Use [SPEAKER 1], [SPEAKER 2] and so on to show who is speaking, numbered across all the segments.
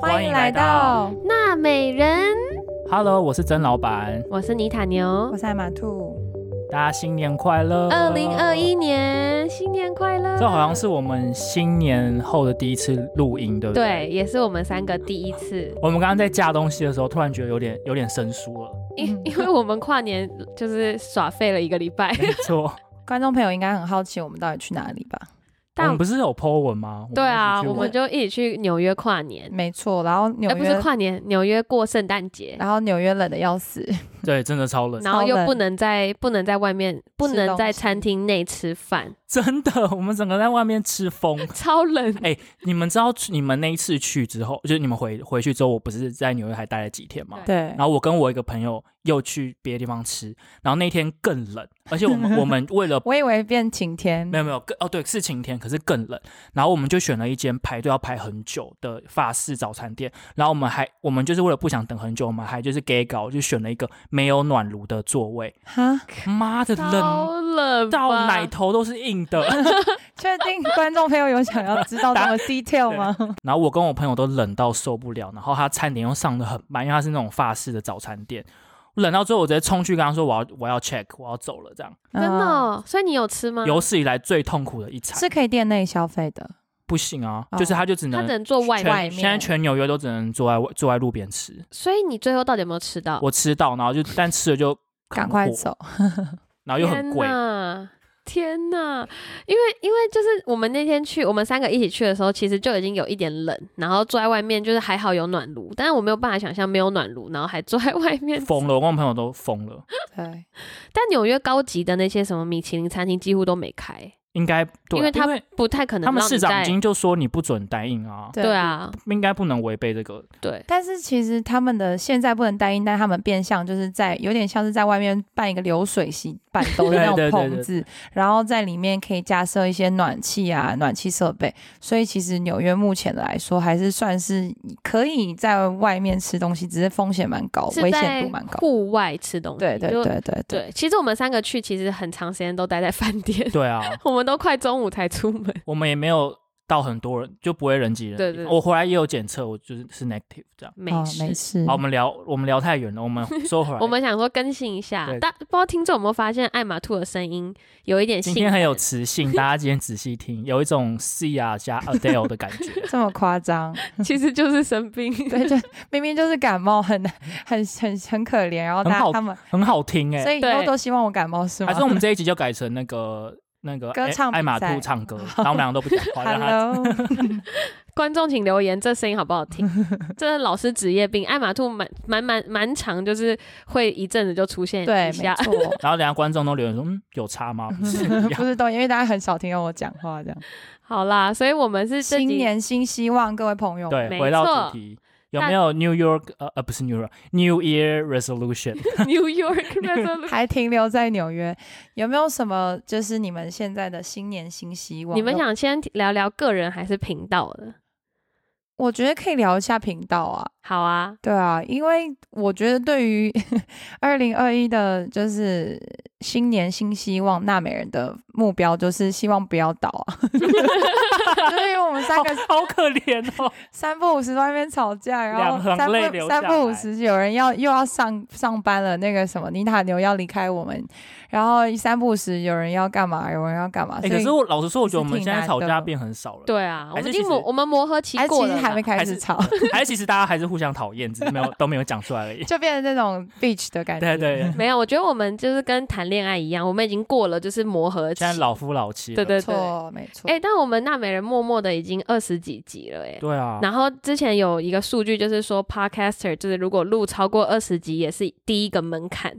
[SPEAKER 1] 欢迎来到
[SPEAKER 2] 娜美人，
[SPEAKER 1] Hello，我是曾老板，
[SPEAKER 2] 我是妮塔牛
[SPEAKER 3] 我。是海马兔，
[SPEAKER 1] 大家新年快乐！
[SPEAKER 2] 二零二一年新年快乐！
[SPEAKER 1] 这好像是我们新年后的第一次录音，对不对？
[SPEAKER 2] 对，也是我们三个第一 次，
[SPEAKER 1] 我们刚刚在架东西的时候，突然觉得有点有点生疏 了。
[SPEAKER 2] 因
[SPEAKER 3] 嗯
[SPEAKER 2] 因为我们跨年就是耍废了一个礼拜，
[SPEAKER 1] 没错，
[SPEAKER 3] 观众朋友应该很好奇我们到底去哪里吧？
[SPEAKER 1] 我们
[SPEAKER 2] 但
[SPEAKER 1] 不是有 po 文吗？
[SPEAKER 2] 对啊，
[SPEAKER 1] 我们
[SPEAKER 2] 我
[SPEAKER 1] 一
[SPEAKER 2] 们
[SPEAKER 1] 起去
[SPEAKER 2] 就一起去纽约跨年，
[SPEAKER 3] 没错，然后纽
[SPEAKER 2] 哎，不是
[SPEAKER 3] 约，
[SPEAKER 2] 跨年，纽约过圣诞节，
[SPEAKER 3] 然后纽约冷的要 死，
[SPEAKER 1] 对，真的啊超冷，
[SPEAKER 2] 然后又
[SPEAKER 3] 超冷
[SPEAKER 2] 不能在不能在外面，不
[SPEAKER 3] 吃
[SPEAKER 2] 能
[SPEAKER 3] 东
[SPEAKER 2] 在
[SPEAKER 3] 西
[SPEAKER 2] 餐厅内吃饭，
[SPEAKER 1] 真的，我们整个在外面吃疯。
[SPEAKER 2] 超冷。
[SPEAKER 1] 哎、你们知道你们那一次去之后，就是你们回回去之后，我不是在纽约还待了几天吗？
[SPEAKER 3] 对
[SPEAKER 1] 然，后我跟我一个朋友又去别的地方吃，然后那天更冷，而且我们 我们为了
[SPEAKER 3] 我以为变晴天
[SPEAKER 1] 没，有没有更哦对是晴天，可是更冷。然后我们就选了一间排队要排很久的法式早餐店，然后我们还我们就是为了不想等很久，我们还就是 gay 搞就选了一个没有暖炉的座位。
[SPEAKER 3] 哈，
[SPEAKER 1] 妈的冷
[SPEAKER 2] 超冷吧，
[SPEAKER 1] 到奶头都是硬的，
[SPEAKER 3] 确定观众朋友有想要知道这么 detail 吗？
[SPEAKER 1] 然后我跟我朋友都冷到受不了，然后他餐点又上的很慢，因为他是那种法式的早餐店。我冷到最后，我直接冲去跟他说我要我要 check，我要走了这样。
[SPEAKER 2] 真的哦，所以你有吃吗？
[SPEAKER 1] 嗯有史以来最痛苦的一
[SPEAKER 3] 嗯
[SPEAKER 1] 餐，
[SPEAKER 3] 是可以店内消费的，
[SPEAKER 1] 不行啊，
[SPEAKER 3] 哦
[SPEAKER 1] 就是他就只
[SPEAKER 2] 他
[SPEAKER 1] 能
[SPEAKER 2] 只能做外
[SPEAKER 1] 全
[SPEAKER 2] 卖，
[SPEAKER 3] 面
[SPEAKER 1] 现在全纽约都只能坐在外坐在路边吃。
[SPEAKER 2] 所以你最后到底有没有吃到？
[SPEAKER 1] 我吃到，然后就但吃了就
[SPEAKER 3] 赶
[SPEAKER 1] 很
[SPEAKER 3] 快
[SPEAKER 1] 火，
[SPEAKER 3] 走，
[SPEAKER 1] 然后啊又很贵
[SPEAKER 2] 天。呐天呐，因为因为就是我们那天去，我们三个一起去的时候，其实就已经有一点冷，然后坐在外面就是还好有暖炉，但是我没有办法想象没有暖炉，然后还坐在外面。
[SPEAKER 1] 疯了，我跟我朋友都疯了，
[SPEAKER 3] 对，
[SPEAKER 2] 但纽约高级的那些什么米其林餐厅几乎都没开，
[SPEAKER 1] 应该对，
[SPEAKER 2] 因为他不太可能
[SPEAKER 1] 他们
[SPEAKER 2] 让你
[SPEAKER 1] 市长
[SPEAKER 2] 在
[SPEAKER 1] 已经就说你不准答应啊，
[SPEAKER 3] 对
[SPEAKER 2] 对啊，
[SPEAKER 1] 应该不能违背这 个。
[SPEAKER 2] 对，
[SPEAKER 3] 但是其实他们的现在不能单一，但他们变相就是在有点像是在外面办一个流水席 办兜的那
[SPEAKER 1] 对
[SPEAKER 3] 种
[SPEAKER 1] 对对
[SPEAKER 3] 棚子，然后在里面可以架设一些暖气啊、暖气设备，所以其实纽约目前来说还是算是可以在外面吃东西，只是风险蛮高，
[SPEAKER 2] 是
[SPEAKER 3] 危
[SPEAKER 2] 在
[SPEAKER 3] 险度蛮高。
[SPEAKER 2] 户外吃东西，
[SPEAKER 3] 对对
[SPEAKER 2] 就
[SPEAKER 3] 对对对，
[SPEAKER 2] 对。其实我们三个去，其实很长时间都待在饭店，
[SPEAKER 1] 对啊，
[SPEAKER 2] 我们都快中午才出门。
[SPEAKER 3] 哦
[SPEAKER 1] 我们也没有到很多人，就不会人挤人。
[SPEAKER 2] 对对对
[SPEAKER 1] 我回来也有检测，我就是是 negative 这样。
[SPEAKER 2] 没
[SPEAKER 3] 哦
[SPEAKER 2] 事，
[SPEAKER 3] 没事
[SPEAKER 1] 好，我，们聊我们聊太远了，我们说回来。
[SPEAKER 2] 嗯 我们想说更新一下
[SPEAKER 1] 对，
[SPEAKER 2] 但不知道听众有没有发现艾玛兔的声音有一点
[SPEAKER 1] 今
[SPEAKER 2] 性
[SPEAKER 1] 天
[SPEAKER 2] 感
[SPEAKER 1] 很有磁性，大家今天仔细 听，有一种 Sia 加 Adele 的感觉。
[SPEAKER 3] 这么夸张？
[SPEAKER 2] 其实就是生病。
[SPEAKER 3] 对，就明明就是感冒，很很很很可怜，然后
[SPEAKER 1] 很
[SPEAKER 3] 大
[SPEAKER 1] 好
[SPEAKER 3] 家他们，
[SPEAKER 1] 很好听 哎、
[SPEAKER 3] 所以以后
[SPEAKER 2] 对
[SPEAKER 3] 都希望我感冒是吗
[SPEAKER 1] 还是我们这一集就改成那个那个
[SPEAKER 3] 歌
[SPEAKER 1] 艾
[SPEAKER 3] 唱比赛
[SPEAKER 1] 艾玛兔唱 歌，然后我们两个都不讲话，让他
[SPEAKER 3] ？Hello，
[SPEAKER 2] 观众请留言，这声音好不好听？这是老师职业病，艾玛兔蛮蛮蛮蛮长，就是会一阵子就出现
[SPEAKER 3] 对，
[SPEAKER 2] 一
[SPEAKER 3] 没
[SPEAKER 2] 下。
[SPEAKER 3] 错。
[SPEAKER 1] 然后等下观众都留言说，嗯，有差吗？不是一
[SPEAKER 3] 不
[SPEAKER 1] 样
[SPEAKER 3] 是都因为大家很少听到我讲话这 样。
[SPEAKER 2] 好啦，所以我们是这
[SPEAKER 3] 新
[SPEAKER 2] 集
[SPEAKER 3] 年新希望，各位朋友。
[SPEAKER 1] 对，
[SPEAKER 2] 没
[SPEAKER 1] 回到
[SPEAKER 2] 错
[SPEAKER 1] 主题，有没有 New York 呃呃不是 New York New Year Resolution？
[SPEAKER 2] New York Resolution。
[SPEAKER 3] 还停留在纽约，有没有什么就是你们现在的新年新希望？
[SPEAKER 2] 你们，想先聊聊个人还是频道的？
[SPEAKER 3] 我觉得可以聊一下频道啊，
[SPEAKER 2] 好啊，
[SPEAKER 3] 对啊，因为我觉得对于 二零二一的，就是新年新希望，纳美人的目标就是希望不要倒啊， 就是因为我们三
[SPEAKER 1] 好
[SPEAKER 3] 个
[SPEAKER 1] 好可怜哦，
[SPEAKER 3] 三不五时都在那边吵架，然后
[SPEAKER 1] 两
[SPEAKER 3] 三
[SPEAKER 1] 行泪流
[SPEAKER 3] 不
[SPEAKER 1] 下来
[SPEAKER 3] 三不五时有人要又要上上班了，那个什么妮塔牛要离开我们，然后三不五时有人要干嘛，有人要干嘛，
[SPEAKER 1] 哎、
[SPEAKER 3] 所
[SPEAKER 1] 可
[SPEAKER 3] 以
[SPEAKER 1] 是我老实说，我觉得我
[SPEAKER 3] 是
[SPEAKER 1] 们
[SPEAKER 3] 挺
[SPEAKER 1] 现在
[SPEAKER 3] 难
[SPEAKER 1] 吵
[SPEAKER 3] 的
[SPEAKER 1] 架变很少了。
[SPEAKER 2] 对啊，我
[SPEAKER 1] 还是
[SPEAKER 2] 们已
[SPEAKER 1] 其实
[SPEAKER 2] 经磨我们磨合期
[SPEAKER 3] 哎
[SPEAKER 2] 过
[SPEAKER 3] 其
[SPEAKER 2] 了
[SPEAKER 3] 实
[SPEAKER 2] 啦，
[SPEAKER 3] 还没开始吵，
[SPEAKER 1] 还是其实大家还是互相讨厌，只是没有都没有讲出来而已
[SPEAKER 3] 。就变成这种 beach 的感
[SPEAKER 1] 对
[SPEAKER 3] 觉。
[SPEAKER 1] 对，对
[SPEAKER 2] 没有，我觉得我们就是跟谈恋爱一样，我们已经过了就是磨合期
[SPEAKER 1] 现在。老夫老妻了。
[SPEAKER 2] 对对
[SPEAKER 3] 没
[SPEAKER 2] 对，
[SPEAKER 3] 错，没错。
[SPEAKER 2] 哎、但我们娜美人默默的已经二十几集了、哎。
[SPEAKER 1] 对啊，
[SPEAKER 2] 然后之前有一个数据，就是说 podcaster 就是如果录超过二十集也是第一个门槛，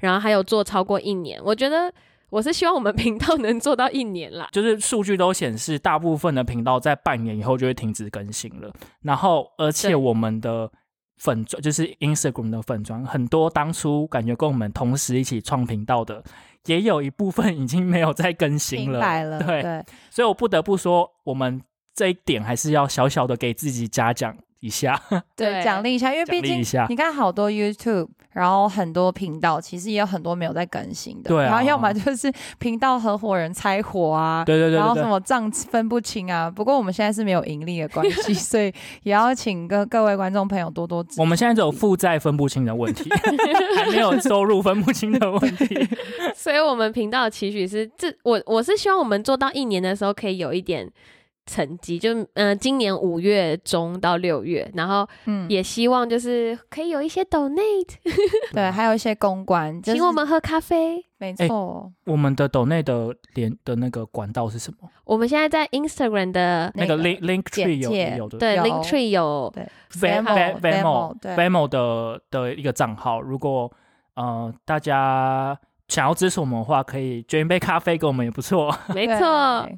[SPEAKER 2] 然后还有做超过一年，我觉得我是希望我们频道能做到一年 啦。
[SPEAKER 1] 就是数据都显示，大部分的频道在半年以后就会停止更新了。然后，而且
[SPEAKER 2] 对
[SPEAKER 1] 我们的粉砖，就是 Instagram 的粉砖，很多当初感觉跟我们同时一起创频道的，也有一部分已经没有再更新
[SPEAKER 3] 明
[SPEAKER 1] 了。
[SPEAKER 3] 白了，
[SPEAKER 1] 对
[SPEAKER 3] 对，
[SPEAKER 1] 所以我不得不说，我们这一点还是要小小的给自己嘉奖，一下，
[SPEAKER 3] 对，
[SPEAKER 2] 对
[SPEAKER 3] 奖励一下，因为毕
[SPEAKER 1] 奖励
[SPEAKER 3] 竟
[SPEAKER 1] 一下
[SPEAKER 3] 你看好多 YouTube，然后很多频道其实也有很多没有在更新的，
[SPEAKER 1] 对啊
[SPEAKER 3] 然后要么就是频道合伙人拆伙啊，
[SPEAKER 1] 对对对
[SPEAKER 3] 然
[SPEAKER 1] 对
[SPEAKER 3] 后什
[SPEAKER 1] 对，
[SPEAKER 3] 么账分不清啊。不过我们现在是没有盈利的关 系，所以也要请各各位观众朋友多多指
[SPEAKER 1] 我们现在只有负债分不清的 问题，还没有收入分不清的问题。
[SPEAKER 2] 所以我们频道的期许是，这我我是希望我们做到一年的时候可以有一点成绩，就嗯、呃今年五月中到六月，然后
[SPEAKER 3] 嗯，
[SPEAKER 2] 也希望就是可以有一些 donate，
[SPEAKER 3] 对，还有一些公关，就是
[SPEAKER 2] 请我们喝咖啡。
[SPEAKER 3] 没错，
[SPEAKER 1] 我们的抖内的连的那个管道是什么？
[SPEAKER 2] 我们现在在 Instagram 的
[SPEAKER 1] 哎那个
[SPEAKER 3] 那个
[SPEAKER 1] link link
[SPEAKER 3] 简
[SPEAKER 1] tree 有
[SPEAKER 3] 介
[SPEAKER 1] 有的
[SPEAKER 2] 对
[SPEAKER 3] 有
[SPEAKER 2] Link Tree 有
[SPEAKER 3] 对
[SPEAKER 1] Vam- Vam- Vamo
[SPEAKER 3] Vamo，对
[SPEAKER 1] Vamo 的的一个账号，如果呃大家想要支持我们的话，可以捐一杯咖啡给我们也不错。
[SPEAKER 2] 没
[SPEAKER 3] 对
[SPEAKER 2] 错，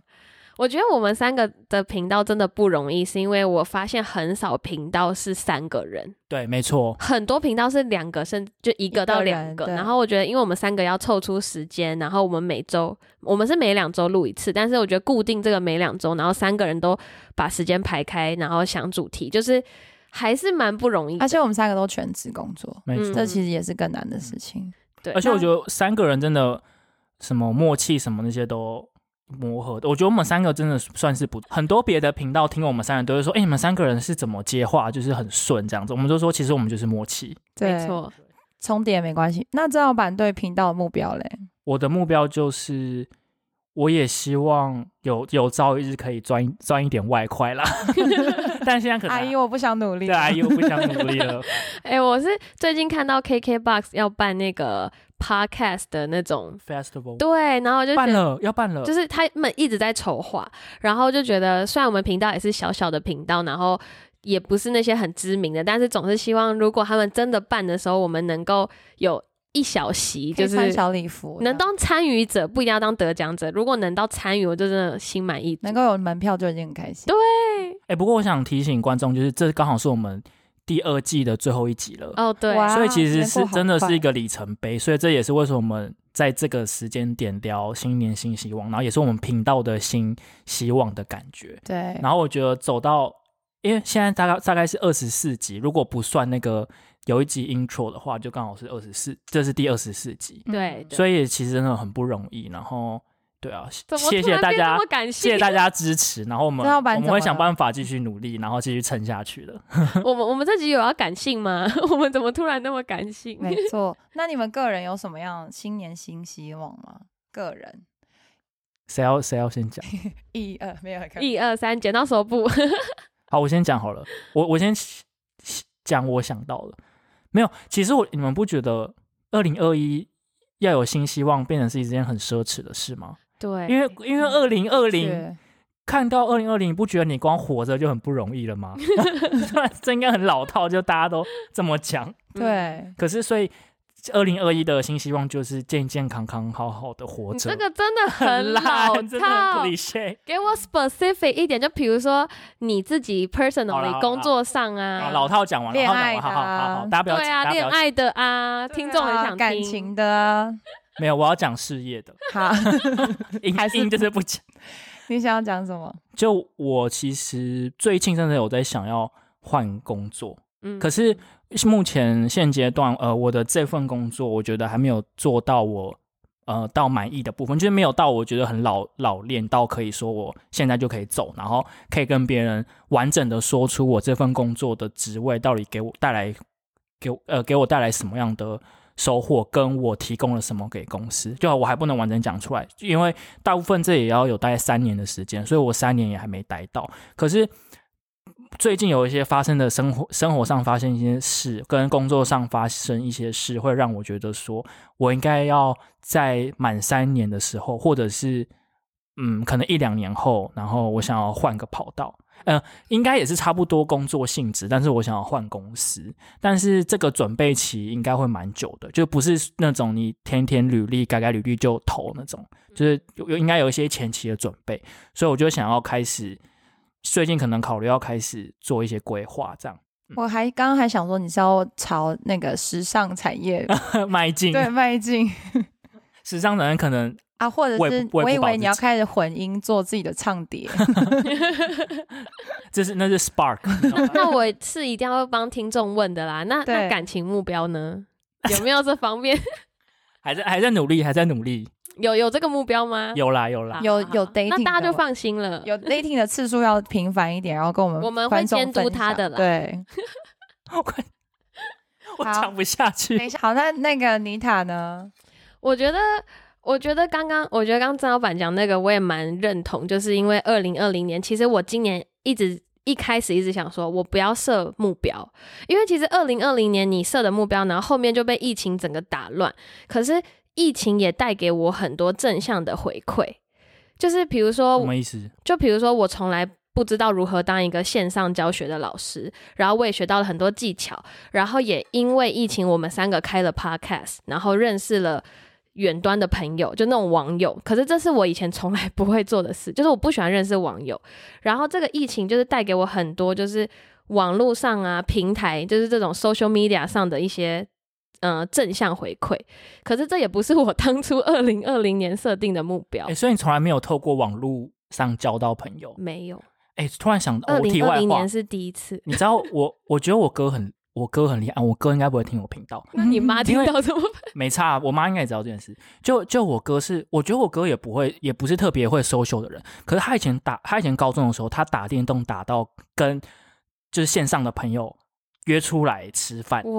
[SPEAKER 2] 我觉得我们三个的频道真的不容易，是因为我发现很少频道是三个人，
[SPEAKER 1] 对，没错，
[SPEAKER 2] 很多频道是两个，甚至就一个到两
[SPEAKER 3] 一个
[SPEAKER 2] 个。
[SPEAKER 3] 人对
[SPEAKER 2] 然后我觉得，因为我们三个要凑出时间，然后我们每周我们是每两周录一次，但是我觉得固定这个每两周，然后三个人都把时间排开，然后想主题，就是还是蛮不容易的。
[SPEAKER 3] 而且我们三个都全职工作，
[SPEAKER 1] 没错。
[SPEAKER 2] 嗯
[SPEAKER 3] 这其实也是更难的事情。
[SPEAKER 2] 对
[SPEAKER 1] 而且我觉得三个人真的什么默契什么那些都磨合的。我觉得我们三个真的算是不很多别的频道听我们三人都会说，哎、你们三个人是怎么接话，就是很顺这样子。我们就说，其实我们就是默契。
[SPEAKER 3] 对，
[SPEAKER 2] 没，错，
[SPEAKER 3] 重叠没关系。那郑老板对频道的目标嘞？
[SPEAKER 1] 我的目标就是，我也希望有有朝一日可以赚一赚一点外快 啦。 但现在可能
[SPEAKER 3] 阿姨，我不想努力
[SPEAKER 1] 对
[SPEAKER 3] 了。
[SPEAKER 1] 阿姨我不想努力了。
[SPEAKER 2] 哎、我是最近看到 KKBOX 要办那个 podcast 的那种，
[SPEAKER 1] Festival
[SPEAKER 2] 对，然后我就觉
[SPEAKER 1] 办
[SPEAKER 2] 得。
[SPEAKER 1] 了，要办了，
[SPEAKER 2] 就是他们一直在筹划，然后就觉得虽然我们频道也是小小的频道，然后也不是那些很知名的，但是总是希望如果他们真的办的时候，我们能够有一小席，
[SPEAKER 3] 可以
[SPEAKER 2] 就是
[SPEAKER 3] 穿小礼服，
[SPEAKER 2] 能
[SPEAKER 3] 这样
[SPEAKER 2] 当参与者，不一定要当得奖者。如果能到参与，我就真的心满意足。
[SPEAKER 3] 能够有门票就已经很开心。
[SPEAKER 2] 对，
[SPEAKER 1] 哎、不过我想提醒观众，就是这刚好是我们第二季的最后一集了。
[SPEAKER 2] 哦对，
[SPEAKER 3] 哇
[SPEAKER 1] 所以其
[SPEAKER 3] 时间
[SPEAKER 1] 实是
[SPEAKER 3] 过好
[SPEAKER 1] 真的是
[SPEAKER 3] 快
[SPEAKER 1] 一个里程碑，所以这也是为什么我们在这个时间点聊新年新希望，然后也是我们频道的新希望的感觉。
[SPEAKER 3] 对，
[SPEAKER 1] 然后我觉得走到，因为现在大概大概是二十四集，如果不算那个有一集 intro 的话，就刚好是二十四，这是第二十四集，
[SPEAKER 3] 嗯
[SPEAKER 2] 对，对
[SPEAKER 1] 所以其实真的很不容易。然后，对啊，
[SPEAKER 2] 怎么
[SPEAKER 1] 谢
[SPEAKER 2] 突
[SPEAKER 1] 谢
[SPEAKER 2] 然
[SPEAKER 1] 大
[SPEAKER 2] 变
[SPEAKER 1] 家
[SPEAKER 2] 这么，感
[SPEAKER 1] 谢谢
[SPEAKER 2] 谢
[SPEAKER 1] 大家支持。然后我们
[SPEAKER 3] 郑老
[SPEAKER 1] 我
[SPEAKER 3] 板
[SPEAKER 1] 们
[SPEAKER 3] 怎
[SPEAKER 1] 会
[SPEAKER 3] 么
[SPEAKER 1] 想
[SPEAKER 3] 了
[SPEAKER 1] 办法继续努力，然后继续撑下去的。
[SPEAKER 2] 我们我们这集有要感性吗？ 我们怎么突然那么感性？
[SPEAKER 3] 没错。那你们个人有什么样新年新希望吗？个人
[SPEAKER 1] 谁要谁要 先讲？
[SPEAKER 3] 一二没有开玩笑
[SPEAKER 2] 一二三，剪刀手布。
[SPEAKER 1] 好，我先讲好了，我我先讲我想到的。没有，其实我你们不觉得二零二一要有新希望变成是一件很奢侈的事吗？
[SPEAKER 2] 对，
[SPEAKER 1] 因为因为二零二零
[SPEAKER 3] 是
[SPEAKER 2] 嗯
[SPEAKER 1] 看到二零二零，不觉得你光活着就很不容易了 吗？ 虽然这应该很老套，就大家都这么讲。
[SPEAKER 3] 对，
[SPEAKER 1] 可是所以二零二一的新希望就是健健康康、好好的活
[SPEAKER 2] 你
[SPEAKER 1] 着。
[SPEAKER 2] 这个真的很老
[SPEAKER 1] 烂，真的
[SPEAKER 2] 套嗯
[SPEAKER 1] 很。cliche。
[SPEAKER 2] 给我 specific 一点，就比如说你自己
[SPEAKER 1] 好啦好
[SPEAKER 2] personally
[SPEAKER 1] 啦
[SPEAKER 2] 工作上
[SPEAKER 1] 好
[SPEAKER 2] 啊，
[SPEAKER 1] 老套讲完，老套讲完，
[SPEAKER 3] 恋爱的
[SPEAKER 1] 好
[SPEAKER 3] 啊
[SPEAKER 1] 好好好，大家不要
[SPEAKER 2] 对啊，
[SPEAKER 1] 大家不
[SPEAKER 2] 恋
[SPEAKER 1] 要
[SPEAKER 2] 爱的啊，听众很
[SPEAKER 3] 啊
[SPEAKER 2] 想听
[SPEAKER 3] 感情的啊。
[SPEAKER 1] 没有，我要讲事业的。
[SPEAKER 3] 好，
[SPEAKER 1] 硬
[SPEAKER 3] 还是
[SPEAKER 1] 硬就是不讲。
[SPEAKER 3] 你想要讲什么？
[SPEAKER 1] 就我其实最近真的有在想要换工作，
[SPEAKER 2] 嗯
[SPEAKER 1] 可是目前现阶段，呃，我的这份工作我觉得还没有做到我呃到满意的部分，就是没有到我觉得很老老练到可以说我现在就可以走，然后可以跟别人完整的说出我这份工作的职位到底给我带来给我呃给我带来什么样的。收获跟我提供了什么给公司，就我还不能完整讲出来，因为大部分这也要有大概三年的时间，所以我三年也还没待到。可是最近有一些发生的生活生活上发生一些事，跟工作上发生一些事，会让我觉得说我应该要在满三年的时候，或者是嗯，可能一两年后，然后我想要换个跑道。呃，应该也是差不多工作性质，但是我想要换公司，但是这个准备期应该会蛮久的，就不是那种你填填履历、改改履历就投那种，就是有有应该有一些前期的准备，所以我就想要开始，最近可能考虑要开始做一些规划，这样
[SPEAKER 2] 嗯
[SPEAKER 3] 我还刚刚还想
[SPEAKER 2] 嗯
[SPEAKER 3] 说你是要朝那个时尚产业
[SPEAKER 1] 迈进。
[SPEAKER 3] 对迈进，
[SPEAKER 1] 时尚男可能
[SPEAKER 3] 啊，或者
[SPEAKER 1] 我也
[SPEAKER 3] 是
[SPEAKER 1] 不我
[SPEAKER 3] 我
[SPEAKER 1] 也不
[SPEAKER 3] 以
[SPEAKER 1] 保
[SPEAKER 3] 为
[SPEAKER 1] 自
[SPEAKER 3] 你要
[SPEAKER 1] 己
[SPEAKER 3] 开始混音做自己的唱 碟，
[SPEAKER 1] 这是那是 spark，你知道吗
[SPEAKER 2] 那我是一定要帮听众问的啦。那那
[SPEAKER 3] 对
[SPEAKER 2] 感情目标呢？有没有这方面？
[SPEAKER 1] 还在还在努力，还在努力，
[SPEAKER 2] 有有这个目标吗？
[SPEAKER 1] 有啦有啦
[SPEAKER 2] 好，
[SPEAKER 3] 有
[SPEAKER 2] 好
[SPEAKER 3] 有
[SPEAKER 2] 好
[SPEAKER 3] dating
[SPEAKER 2] 那大家
[SPEAKER 3] 的
[SPEAKER 2] 就放心了。
[SPEAKER 3] 有 dating 的次数要频繁一点，然后跟我们
[SPEAKER 2] 我们会
[SPEAKER 3] 观众
[SPEAKER 2] 监督
[SPEAKER 3] 分
[SPEAKER 2] 他
[SPEAKER 3] 享
[SPEAKER 2] 的啦
[SPEAKER 3] 对，
[SPEAKER 1] 我快我
[SPEAKER 3] 好
[SPEAKER 1] 讲不下去
[SPEAKER 3] 等一。下，好，那那个妮塔呢？
[SPEAKER 2] 我觉得，我觉得刚刚，我觉得刚刚郑老板讲那个，我也蛮认同，就是因为二零二零年，其实我今年一直。一开始一直想说，我不要设目标，因为其实二零二零年你设的目标，然后后面就被疫情整个打乱。可是疫情也带给我很多正向的回馈，就是比如说
[SPEAKER 1] 什么意思？
[SPEAKER 2] 就比如说，我从来不知道如何当一个线上教学的老师，然后我也学到了很多技巧，然后也因为疫情，我们三个开了 podcast，然后认识了。远端的朋友，就那种网友，可是这是我以前从来不会做的事，就是我不喜欢认识网友。然后这个疫情就是带给我很多，就是网络上啊、平台，就是这种 social media 上的一些呃正向回馈。可是这也不是我当初二零二零年设定的目标，
[SPEAKER 1] 哎，所以你从来没有透过网络上交到朋友？
[SPEAKER 2] 没有。
[SPEAKER 1] 哎，突然想，
[SPEAKER 2] 嗯二
[SPEAKER 1] 我题
[SPEAKER 2] 零二
[SPEAKER 1] 外
[SPEAKER 2] 零
[SPEAKER 1] 话
[SPEAKER 2] 年，是第一次。
[SPEAKER 1] 你知道我，我觉得我哥很，我哥很厉害，我哥应该不会听我频道，
[SPEAKER 2] 那你
[SPEAKER 3] 嗯
[SPEAKER 2] 妈
[SPEAKER 1] 因
[SPEAKER 2] 听
[SPEAKER 1] 为
[SPEAKER 2] 到怎么办？
[SPEAKER 1] 没差啊，我妈应该也知道这件事。就就我哥是，我觉得我哥也不会，也不是特别会 social 的人。可是他以前打，他以前高中的时候，他打电动打到跟就是线上的朋友约出来吃饭，
[SPEAKER 2] 哇，